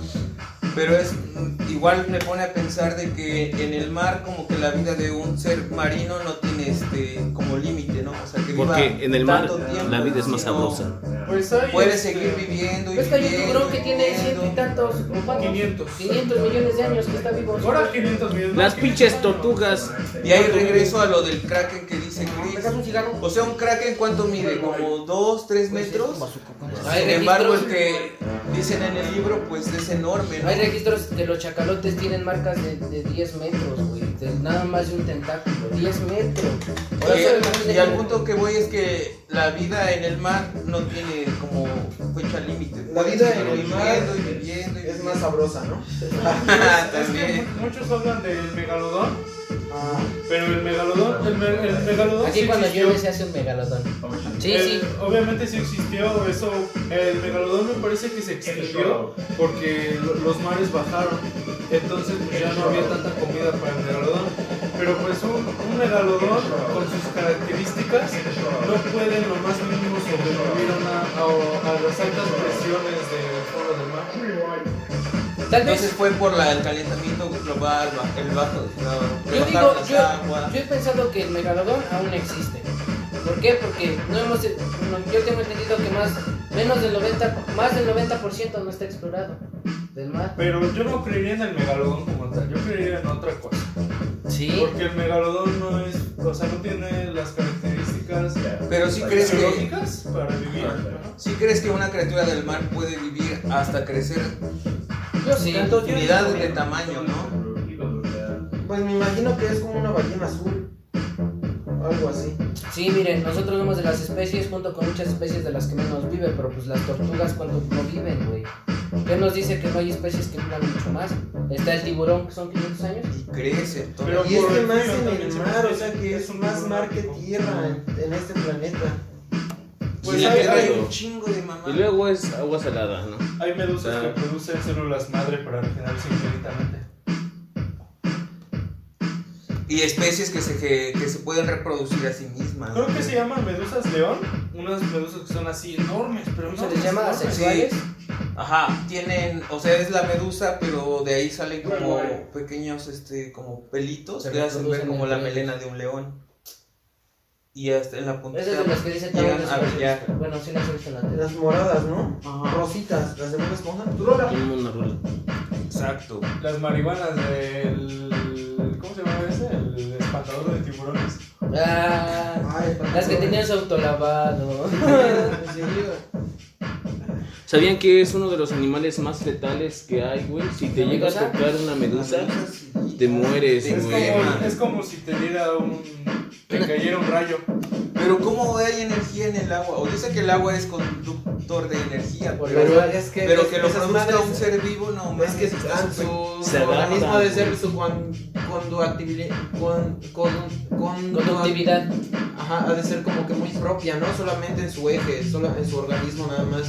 G: pero es, mm, igual me pone a pensar de que en el mar como que la vida de un ser marino no tiene este, como límite, ¿no? O sea, que viva
E: Porque en el mar
G: tanto tiempo,
E: la vida es más
G: sino
E: sabrosa.
F: pues hay,
G: Puedes
F: este,
G: seguir viviendo y
B: Pues que hay un
G: viviendo
B: tiburón
G: y
B: que tiene
G: viviendo.
B: ciento y tantos, o cuántos,
F: 500.
B: 500 millones de años que está vivo.
F: Ahora 500 millones.
E: Las pinches tortugas.
G: Y ahí regreso a lo del kraken que dice Chris.
B: ¿Sacas pues un Pues cigarro?
G: O sea, un kraken cuánto mide, como 2, 3 metros.
B: Hay
G: Sin embargo, el
B: registros,
G: que dicen en el libro, pues es enorme, ¿no?
B: hay registros que los chacalotes tienen marcas de, de 10 metros, güey. de Nada más de un tentáculo. 10 metros. Por eso
G: Y,
B: imagínate
G: y al
B: cómo-
G: punto que voy es que la vida en el mar no tiene como fecha límite.
D: La vida en
G: Puedes
D: el
G: ir
D: mar
G: viviendo y
F: este
G: viviendo y
D: Es más sabrosa, ¿no?
G: viviendo.
F: Es que
G: También.
F: mu- muchos hablan del megalodón, pero el megalodón, el, me- el megalodón
B: Aquí
F: sí
B: cuando
F: existió.
B: llueve se hace un megalodón. Sí,
F: El-
B: sí.
F: Obviamente sí existió eso. El megalodón me parece que se extinguió porque lo- los mares bajaron. Entonces pues, ya no había tanta comida para el megalodón. Pero pues un, un megalodón con sus características no puede en lo más mínimo sobrevivir a, una- a- a las altas presiones del fondo del mar.
B: Tal
G: Entonces
B: vez.
G: fue por la- el calentamiento global, ba- el bajo, la-
B: Yo
G: que
B: digo,
G: bajaron las
B: yo,
G: aguas.
B: yo he pensado que el megalodón aún existe. ¿Por qué? Porque no hemos, no, yo tengo entendido que más, menos del 90, más del 90% no está explorado del mar.
F: Pero yo no creería en el megalodón como tal. Yo creería en otra cosa.
B: Sí.
F: Porque el megalodón no es, o sea, no tiene las características
G: Pero sí crees que
F: biológicas para vivir. ¿no?
G: ¿Sí crees que una criatura del mar puede vivir hasta crecer
B: Yo sí.
G: unidades de tamaño, no?
D: Pues me imagino que es como una ballena azul. Algo así.
B: Sí, miren, nosotros somos de las especies junto con muchas especies de las que menos viven, pero pues las tortugas cuando no viven, güey. ¿Qué nos dice que no hay especies que vivan mucho más? Está el tiburón, que son 500 años.
G: Y crece. todo.
F: Pero
D: Y es
F: por
D: que
F: el
D: más
F: frío
D: en
F: también
D: el
F: se
D: mar,
F: considera
D: o sea
F: que
D: que
F: es
D: es
F: un
D: más mar que
F: tiburón.
D: tierra en, en este planeta.
F: Pues
G: y
F: hay,
G: le trae
F: hay-
G: un chingo de mamá.
E: Y luego es agua salada, ¿no?
F: hay medusas
E: Ah.
F: que producen células madre para regenerarse infinitamente.
G: Y especies que se, que, que se pueden reproducir a sí mismas.
F: Creo que se llaman medusas león. Unas medusas que son así enormes, pero
B: ¿Cómo
F: no
B: se les llama?
F: enormes.
B: ¿Asexuales?
G: Ajá, tienen, o sea, es la medusa, pero de ahí salen como pequeños, este, como pelitos
B: Se
G: que hacen ver
B: reproducen
G: como la
B: entre
G: melena de un león. Y hasta en la puntita
B: Esas de las que dicen que
G: llegan a brillar.
B: Bueno, sí las he visto en la tele.
D: Las moradas, ¿no? Rositas, las de Bob Esponja. ¡Droga!
E: Como una rola.
G: Exacto.
F: Las marihuanas del. ¿Cómo se llama ese? El espantador de tiburones.
B: Ah,
D: Ay,
B: las que tenían su autolavado.
E: ¿Sabían que es uno de los animales más letales que hay, güey? Si te
B: ¿La
E: llega a
B: medusa?
E: tocar una medusa, te mueres,
G: Es
F: Es
E: güey.
F: como, es como si te diera un. te cayera un rayo.
G: Pero ¿cómo hay energía en el agua? O yo sé que el agua es conductor de energía,
H: Pero,
G: pero,
H: es que.
G: pero que lo
H: esas
G: produzca
H: madres-
G: un ser vivo, no,
H: Es
G: mames,
H: que
G: está
H: ah,
G: súper-
H: su, su
E: Se adaptan,
H: organismo de
E: güey.
H: ser su con, conductibilidad. Con, con, con,
B: Conductividad.
H: Ajá, ha de ser como que muy propia, no solamente en su eje, solo en su organismo nada más.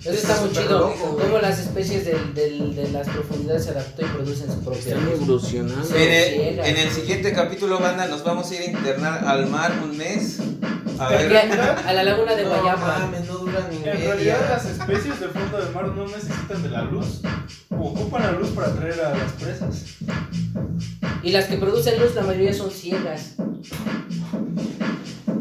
B: Eso está muy
H: súper
B: chido.
H: loco, güey.
B: cómo las especies del- del- de las profundidades se adaptan y producen su propia
E: Están
B: luz.
E: evolucionando.
G: En el, en el siguiente capítulo, banda, nos vamos a ir a internar al mar un mes. A
B: Porque
G: ver.
B: A la laguna de
H: no,
B: Guayama.
H: mames, no dura ni
F: En realidad
H: media.
F: las especies de fondo del mar no necesitan de la luz, ocupan la luz para atraer a las presas.
B: Y las que producen luz, la mayoría son ciegas.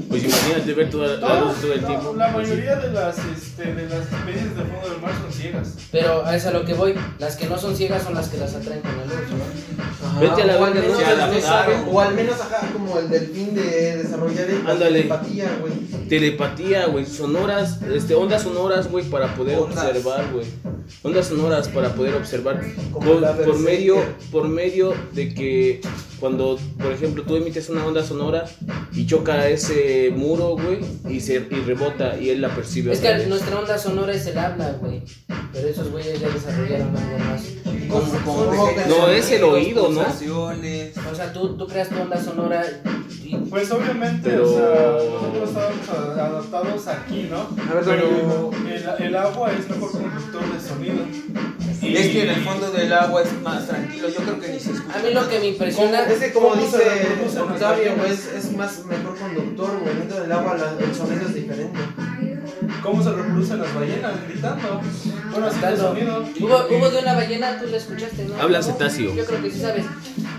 E: Pues imagínate ver toda la luz todo el
F: No,
E: tiempo.
F: la mayoría de las, este, de las especies de fondo del mar son ciegas.
B: Pero es a lo que voy. Las que no son ciegas son las que las atraen con la luz, ¿no?
H: Ajá,
E: Vete a la
H: o al menos
E: verga,
G: ¿no?
H: las
G: Ya
H: que
G: la
H: saben,
G: mataron.
H: O al menos, ajá, como el delfín de desarrollar el-
E: Ándale.
H: la empatía, güey.
E: Telepatía, güey, sonoras, este, ondas sonoras, güey, para poder
G: Ondas.
E: observar, güey. Ondas sonoras para poder observar
H: Como
E: por,
H: la
E: por
H: Berserker.
E: medio por medio de que cuando, por ejemplo, tú emites una onda sonora y choca ese muro, güey, y se y rebota y él la percibe.
B: Es
E: otra
B: que
E: vez.
B: nuestra onda sonora es el habla, güey. Pero esos güeyes ya desarrollaron algo más.
G: Como, como
H: No,
G: pequeños
E: no, es el
G: sonidos,
E: oído, ¿no?
G: pulsaciones.
B: O sea, tú, tú creas tu onda sonora y
F: Pues obviamente,
E: Pero-
F: o sea, nosotros estábamos a- adaptados aquí, ¿no?
H: ver,
F: Pero
H: dame.
F: el, el agua es mejor conductor de sonido. Y-
G: Es que en el fondo del agua es más tranquilo, yo creo que ni se escucha.
B: A mí lo que me impresiona
H: Es que como
F: ¿Cómo
H: dice
F: se reproduce?
H: Octavio, güey, es, es más mejor conductor, güey. Dentro del agua la- el sonido es diferente.
F: ¿Cómo se reproducen las ballenas? Gritando. Bueno, haciendo
B: Tanto.
F: sonido.
B: Hubo, hubo de una ballena, tú la escuchaste, ¿no?
E: Habla
B: ¿No?
E: cetáceo.
B: Yo creo que sí sabes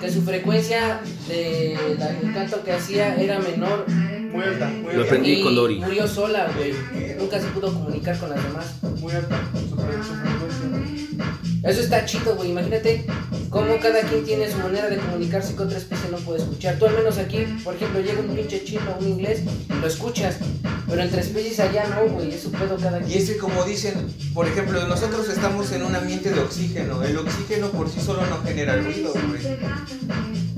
B: que su frecuencia de la- el canto que hacía era menor.
F: Muy alta, muy
E: Lo
F: alta.
E: aprendí.
B: y
E: con Lori.
B: Murió sola, güey. Nunca se pudo comunicar con las demás.
F: Muy alta. Super, super
B: Eso está chido, güey. Imagínate cómo cada quien tiene su manera de comunicarse que otra especie no puede escuchar. Tú al menos aquí, por ejemplo, llega un pinche chino o un inglés y lo escuchas. Pero entre especies allá no, güey. Es su pedo cada
G: Y
B: quien.
G: es que como dicen, por ejemplo, nosotros estamos en un ambiente de oxígeno. El oxígeno por sí solo no genera ruido, güey.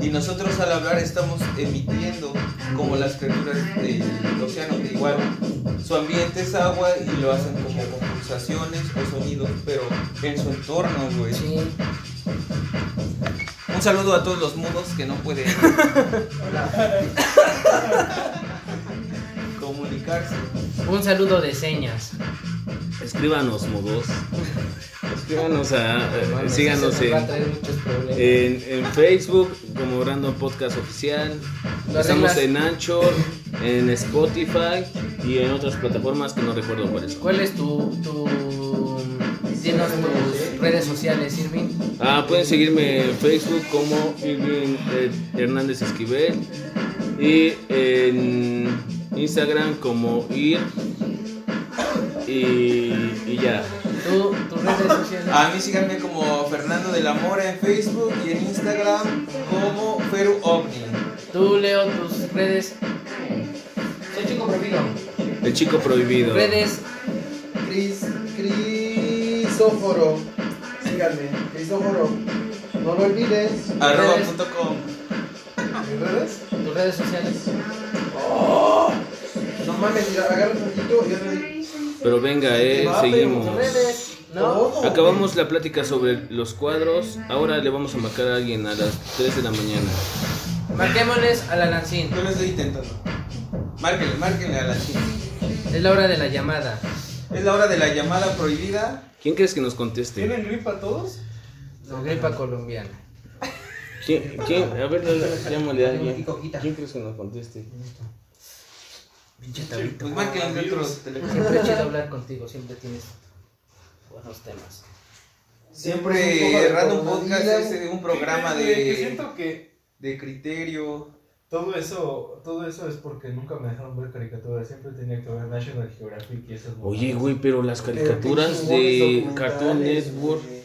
G: Y nosotros al hablar estamos emitiendo como las criaturas del océano, que igual su ambiente es agua y lo hacen como con pulsaciones o sonidos, pero en su entorno, güey.
B: Sí.
G: Un saludo a todos los mudos que no pueden comunicarse.
B: Un saludo de señas.
E: Escríbanos, modos. Escríbanos a. eh,
B: Mames,
E: síganos
B: eso nos va a
E: en, eh,
B: traer muchos problemas.
E: en, en Facebook como Random Podcast Oficial.
B: Lo
E: Estamos
B: arreglas.
E: en Anchor, en Spotify y en otras plataformas que no recuerdo cuáles son.
B: ¿Cuál es tu, tu... Dinos tus redes sociales, Irving.
E: Ah, pueden seguirme en Facebook como Irving eh, Hernández Esquivel y en Instagram como Ir y, y ya.
B: Tú, tus redes sociales.
E: Ah.
G: A mí síganme como Fernando de la Mora en Facebook y en Instagram como Feru Ovni.
B: Tú, Leo, tus redes. Soy chico prohibido.
E: El chico prohibido.
B: Redes.
H: Cris, Crisóforo. Síganme, Crisóforo. No lo olvides.
G: Arroba.com.
H: ¿En redes?
B: Tus redes sociales.
H: No mames, mira, agarra un poquito y yo le digo.
E: Pero venga, eh, seguimos.
B: ¿No?
H: Ojo,
E: Acabamos la plática sobre los cuadros. Ahora le vamos a marcar a alguien a las 3 de la mañana.
B: Marquémosles a la Lancín.
G: Yo lo estoy intentando. Márquenle, márquenle a la chica.
B: Es la hora de la llamada.
G: Es la hora de la llamada prohibida.
E: ¿Quién crees que nos conteste?
F: ¿Tienen gripa todos?
B: La gripa colombiana.
E: ¿Quién? quién? A ver, llámale a alguien.
J: Coquita.
E: ¿Quién crees que nos conteste?
G: Pues márquenle en otros teléfonos.
B: Siempre es chido hablar contigo, siempre tienes buenos temas.
G: Siempre Random Podcast es eh, un programa
F: Sí, güey, que
G: de,
F: Siento que
G: de criterio.
F: todo eso, todo eso es porque nunca me dejaron ver caricaturas. Siempre tenía que ver National Geographic y esas
E: Oye,
F: mamadas.
E: güey, pero las caricaturas
H: Pero pinches
E: de
H: documentales,
E: Cartoon Network
H: güey.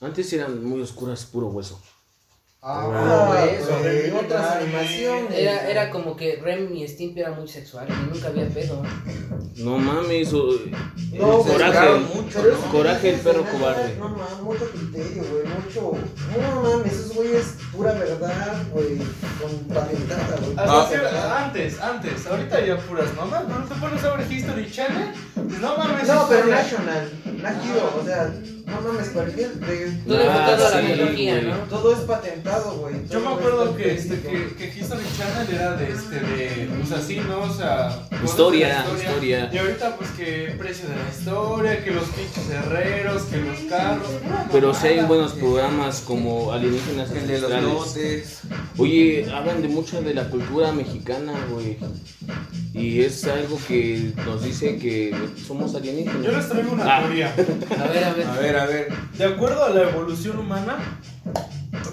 E: antes eran muy oscuras, puro hueso.
D: Ah,
H: Ah,
D: pues,
H: pues,
D: güey,
H: güey.
D: otras animaciones.
B: Era, era como que Rem y Stimpy eran muy sexuales y nunca había pedo.
E: Ah, No pues, mames, o-
D: No,
E: eh,
D: pues,
G: Se
D: güey,
E: coraje.
G: sacaron mucho,
D: Pero esos
G: ¿no?
E: Coraje
D: güeyes
E: el perro
D: de neta,
E: cobarde.
D: No mames, mucho criterio, güey, mucho. No mames, esos güeyes pura verdad, güey, con patentada, güey.
F: Hasta
G: Ah.
F: cierto- antes, antes, ahorita ya puras mamás, ¿no? Te pones a ver History Channel, no mames.
D: No, pero
F: historia.
D: National, Nagido, o sea, no mames, cualquier. de-
B: Todo enfocado a la
E: sí,
B: biología,
E: güey.
B: ¿no?
D: Todo es patentado, güey.
F: Yo me
D: Todo
F: acuerdo
D: es
F: que, este,
D: patético.
F: que, que History Channel era de, este, de pues así, ¿no? O sea... cosas
E: Historia,
F: de la
E: historia.
F: Y ahorita, pues, que el precio de la historia, que los pinches herreros, que los carros... pura
E: Pero sí hay
F: mamada.
E: buenos programas como Alienígenas
G: El de los
E: Ancestrales.
G: lotes.
E: Oye, hablan de mucha de la cultura mexicana, güey. Y es algo que nos dice que somos
F: Yo les
E: alienígenas.
F: traigo una
E: Ah.
F: teoría.
B: A ver, a ver.
G: A ver, a ver.
F: De acuerdo a la evolución humana,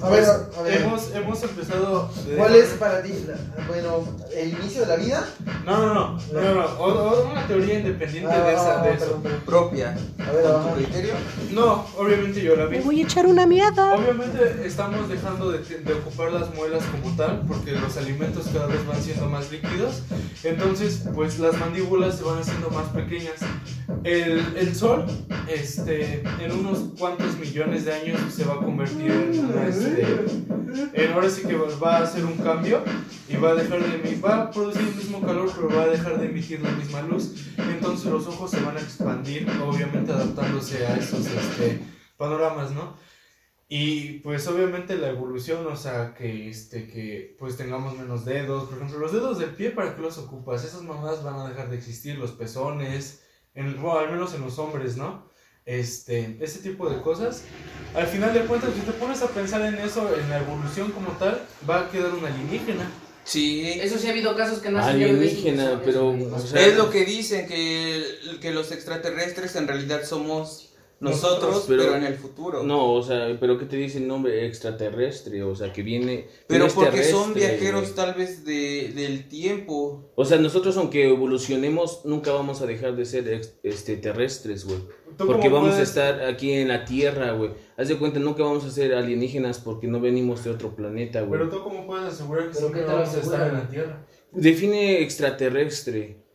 D: A ver,
F: pues,
D: a ver.
F: Hemos, hemos empezado... de-
D: ¿Cuál es para ti, la- bueno, el inicio de la vida?
F: No, no, no. no, no, no. O- o- una teoría independiente de, esa, de eso.
D: Ah, perdón, perdón.
G: Propia.
D: A ver,
G: Con tu
D: ajá.
G: criterio.
F: No, obviamente yo la vi.
K: voy a echar una mierda.
F: Obviamente estamos dejando de, de ocupar las muelas como tal, porque los alimentos cada vez van siendo más líquidos, entonces pues las mandíbulas se van haciendo más pequeñas. El, el sol, este, en unos cuantos millones de años se va a convertir en, una, este, en ahora sí que va va a hacer un cambio y va a dejar de emi- va a producir el mismo calor, pero va a dejar de emitir la misma luz, entonces los ojos se van a expandir, obviamente adaptándose a esos este, panoramas, ¿no? Y pues obviamente la evolución, o sea, que este que pues tengamos menos dedos, por ejemplo, los dedos del pie para qué los ocupas? Esas mamadas van a dejar de existir, los pezones, en, bueno, al menos en los hombres, ¿no? Este, ese tipo de cosas. Al final de cuentas, si te pones a pensar en eso, en la evolución como tal, va a quedar un alienígena.
G: Sí.
B: Eso sí ha habido casos que no se
E: Alienígena, pero... o sea,
G: Es lo que dicen, que, que los extraterrestres en realidad somos nosotros,
E: Nosotros, pero-
G: pero en el futuro.
E: No, o sea, pero ¿qué te dice el nombre extraterrestre? O sea, que viene...
G: Pero
E: viene
G: porque son
E: este terrestre,
G: viajeros
E: güey.
G: tal vez de, del tiempo.
E: O sea, nosotros aunque evolucionemos, nunca vamos a dejar de ser ex- este, terrestres, güey.
F: ¿Tú
E: Porque
F: cómo
E: vamos a
F: puedes-
E: estar aquí en la Tierra, güey. Haz de cuenta, nunca vamos a ser alienígenas porque no venimos de otro planeta, güey.
F: Pero tú cómo puedes asegurar que
B: Pero
F: siempre
B: ¿qué tal
F: vamos a estar
B: aseguran?
F: en la Tierra.
E: Define extraterrestre.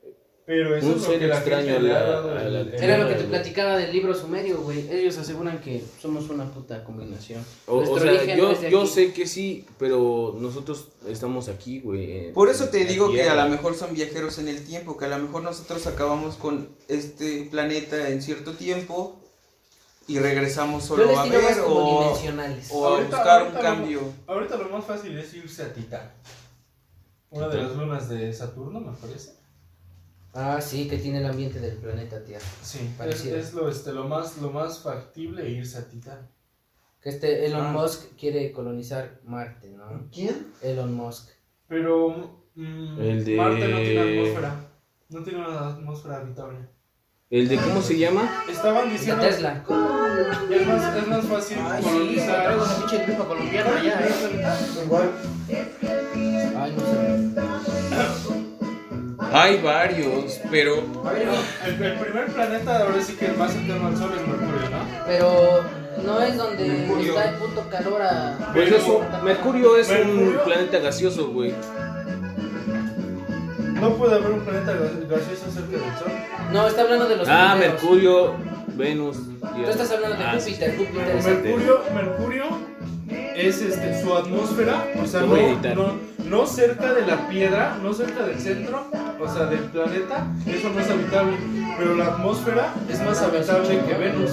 F: Pero eso
E: Un
F: es lo
E: ser
F: que la
E: extraño
F: gente
E: a
F: le ha
E: la-
F: dado
E: a
F: el-
E: la
F: el-
B: Era lo que te
E: güey.
B: platicaba del libro sumerio, güey. Ellos aseguran que somos una puta combinación.
E: O, o
B: Nuestro
E: sea,
B: origen no
E: yo,
B: es de
E: yo
B: aquí.
E: sé que sí, pero nosotros estamos aquí, güey. en-
G: Por eso te
E: en la
G: digo que a
E: Tierra.
G: lo mejor son viajeros en el tiempo, que a lo mejor nosotros acabamos con este planeta en cierto tiempo y regresamos
B: Yo
G: solo
B: les
G: a
B: digo más
G: ver
B: como
G: o,
B: dimensionales.
G: o a
F: Ahorita-
G: buscar un
F: ahorita vamos-
G: cambio.
F: Ahorita lo más fácil es irse a Titán. Una de las lunas de Saturno, me parece.
B: Ah, sí, que tiene el ambiente del planeta Tierra.
F: Sí, es,
B: Pareciera.
F: es lo, este, lo, más, lo más factible irse a Titán.
B: Que este Elon
F: Ah.
B: Musk quiere colonizar Marte, ¿no?
D: ¿Quién?
B: Elon Musk.
F: Pero mm,
E: El de-
F: Marte no tiene atmósfera. No tiene una atmósfera habitable.
E: ¿El de cómo se llama?
F: Estaban
B: Y la
F: diciendo es
B: Tesla.
F: más, es más fácil colonizar.
B: pinche tripa colombiana ya, eh.
D: Igual.
B: Ay, no sé.
G: Hay varios, pero
F: El, el primer planeta ahora sí que el más cercano al Sol es Mercurio, ¿no?
B: Pero no es donde
G: Mercurio.
B: está el puto calor a...
E: Pues eso, Mercurio es un
F: Mercurio.
E: planeta gaseoso, güey.
F: No puede haber un planeta gas- gaseoso cerca del Sol.
B: No, está hablando de los
E: Ah,
B: primeros.
E: Mercurio, Ah, Venus.
B: Tú estás hablando de Júpiter, Júpiter es el...
F: Mercurio, Mercurio es este, su atmósfera, o sea,
E: Lo voy a
F: no,
E: editar.
F: no, no cerca de la piedra, no cerca del centro, o sea, del planeta, eso no es habitable, pero la atmósfera es más habitable que Venus.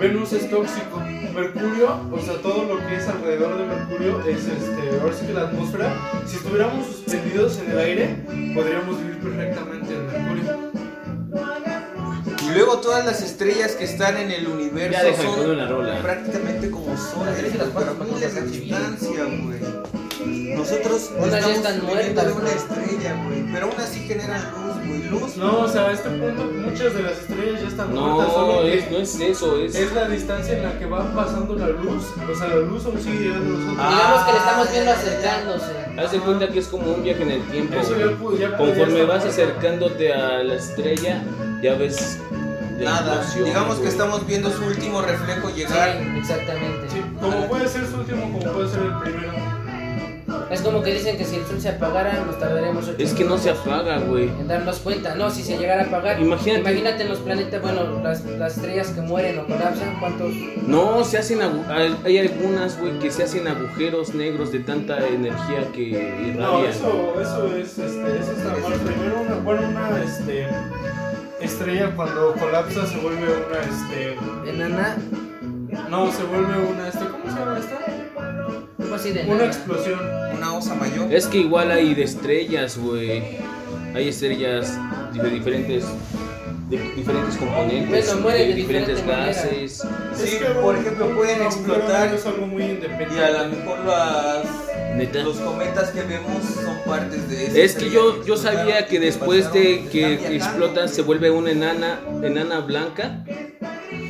F: Venus es tóxico. Mercurio, o sea, todo lo que es alrededor de Mercurio es este. Ahora sí que la atmósfera, si estuviéramos suspendidos en el aire, podríamos vivir perfectamente en Mercurio.
G: y luego todas las estrellas que están en el universo
E: Ya deja
G: son
E: con una rola.
G: prácticamente como soles,
B: Así que las
G: pero
B: patas
G: miles de
B: patas
G: distancia, güey. Nosotros
B: Unas ya
G: estamos
B: están
G: viviendo de
B: muertas,
G: una
B: güey.
G: estrella, güey, pero aún así generan luz, güey, luz.
F: No, o sea, a este punto muchas de las estrellas ya están muertas,
E: No,
F: solo que-
E: es, no es eso, es...
F: Es la distancia en la que va pasando la luz. O sea, la luz aún sigue llegando a
G: Ah,
F: nosotros.
B: Digamos
E: Ah.
B: que le estamos viendo acercándose.
E: Haz de cuenta que es como un viaje en el tiempo.
F: Eso
E: güey.
F: ya pude- ya podría
E: Conforme
F: estar-
E: vas acercándote a la estrella, ya ves la
G: Nada,
E: explosión,
G: digamos que
E: güey.
G: estamos viendo su último reflejo llegar.
B: Sí, exactamente.
F: Sí, Como puede ser su último, como puede ser el primero.
B: Es como que dicen que si el sol se apagara, nos tardaremos ocho
E: Es que no se
B: minutos
E: apaga, güey.
B: En darnos cuenta, no, si se llegara a apagar.
E: Imagínate.
B: Imagínate los planetas, bueno, las, las estrellas que mueren o colapsan, ¿cuántos?
E: No, se hacen agu- al- hay algunas, güey, que se hacen agujeros negros de tanta energía que irradian.
F: No, eso, eso es, este, eso está mal. Primero una, bueno, una, este, estrella cuando colapsa se vuelve una, este,
B: ¿Enana?
F: no, se vuelve una, este, ¿cómo se llama esta?
B: ¿Cómo así de
F: Una
B: enana?
F: explosión.
G: Una osa mayor.
E: Es que igual hay de estrellas, güey. Hay estrellas de diferentes de diferentes componentes,
B: Bueno, muere
E: de
B: de
E: diferentes
B: diferente manera.
E: gases.
G: Sí,
F: Es que,
G: por
F: bueno,
G: ejemplo, pueden
F: un agujero negro
G: explotar
F: Es algo muy independiente.
G: y a lo mejor las
E: Neta.
G: Los cometas que vemos son partes de esa
E: Es que
G: estrella
E: yo, yo
G: explotaron
E: sabía
G: y
E: que después de
G: pasaron,
E: que
G: están viajando,
E: explotan
G: güey.
E: se vuelve una enana, enana blanca.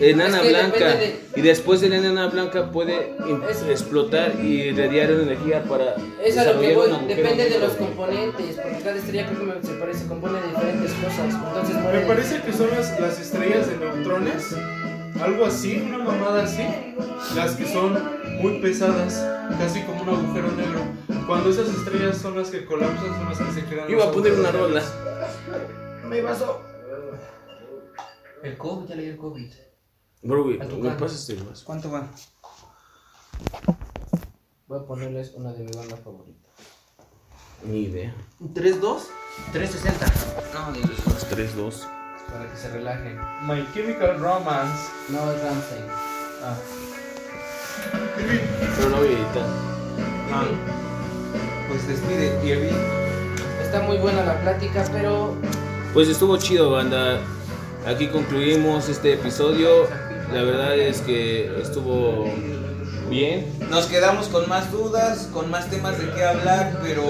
E: Enana
B: Es que
E: blanca.
B: depende
E: Y después de la enana blanca puede im-
B: Es-
E: explotar y irradiar energía para
B: Es a lo que voy,
E: un agujero
B: depende de
E: negro,
B: los
E: güey.
B: componentes, porque cada estrella creo que me- se parece, compone de diferentes cosas, entonces
F: Me
B: muere de-
F: parece que son las, las estrellas de neutrones, algo así, una mamada así, las que son muy pesadas, casi como un agujero negro. Cuando esas estrellas son las que colapsan, son las que se crean.
E: Iba
F: los
E: a poner una
F: agujeros
E: rola.
F: negros.
J: El COVID, ya leí el COVID.
E: Bro, güey,
J: A tu
E: me este
J: cara.
E: pasas el vaso.
G: ¿Cuánto va?
B: Voy a ponerles una de mi banda favorita.
E: Ni idea.
G: ¿Tres, dos?
J: 360.
G: No, ni
E: Los tres, dos.
B: Para que se relajen.
F: My Chemical Romance. Ah.
B: No es Ramsey.
E: Pero no voy a editar.
G: Pues despide Kirby.
B: Está muy buena la plática, pero
E: Pues estuvo chido, banda. Aquí concluimos este episodio. La verdad es que estuvo bien.
G: Nos quedamos con más dudas, con más temas de qué hablar, pero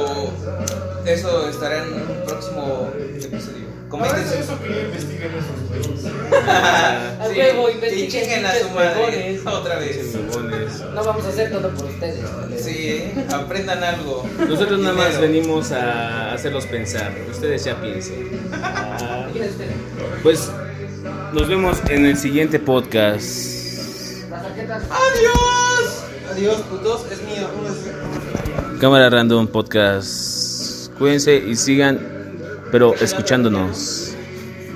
G: eso estará en el próximo episodio.
F: Ahora es
G: Comenten
F: eso que ya investiguen esos güeyes.
G: Ah,
B: A huevo,
G: y
B: investiguen
G: chequen a su
B: pinches
G: madre
B: huevones.
G: otra vez.
E: Chingones.
B: no vamos a hacer todo por ustedes. ¿vale?
G: Sí, ¿eh? aprendan algo.
E: Nosotros nada más
G: Dinero.
E: venimos a hacerlos pensar. Ustedes ya piensen. Ah,
B: ¿Quién es usted?
E: Pues nos vemos en el siguiente podcast.
G: ¡Adiós!
H: Adiós, putos, es mío.
E: Cámara Random Podcast. Cuídense y sigan, pero escuchándonos.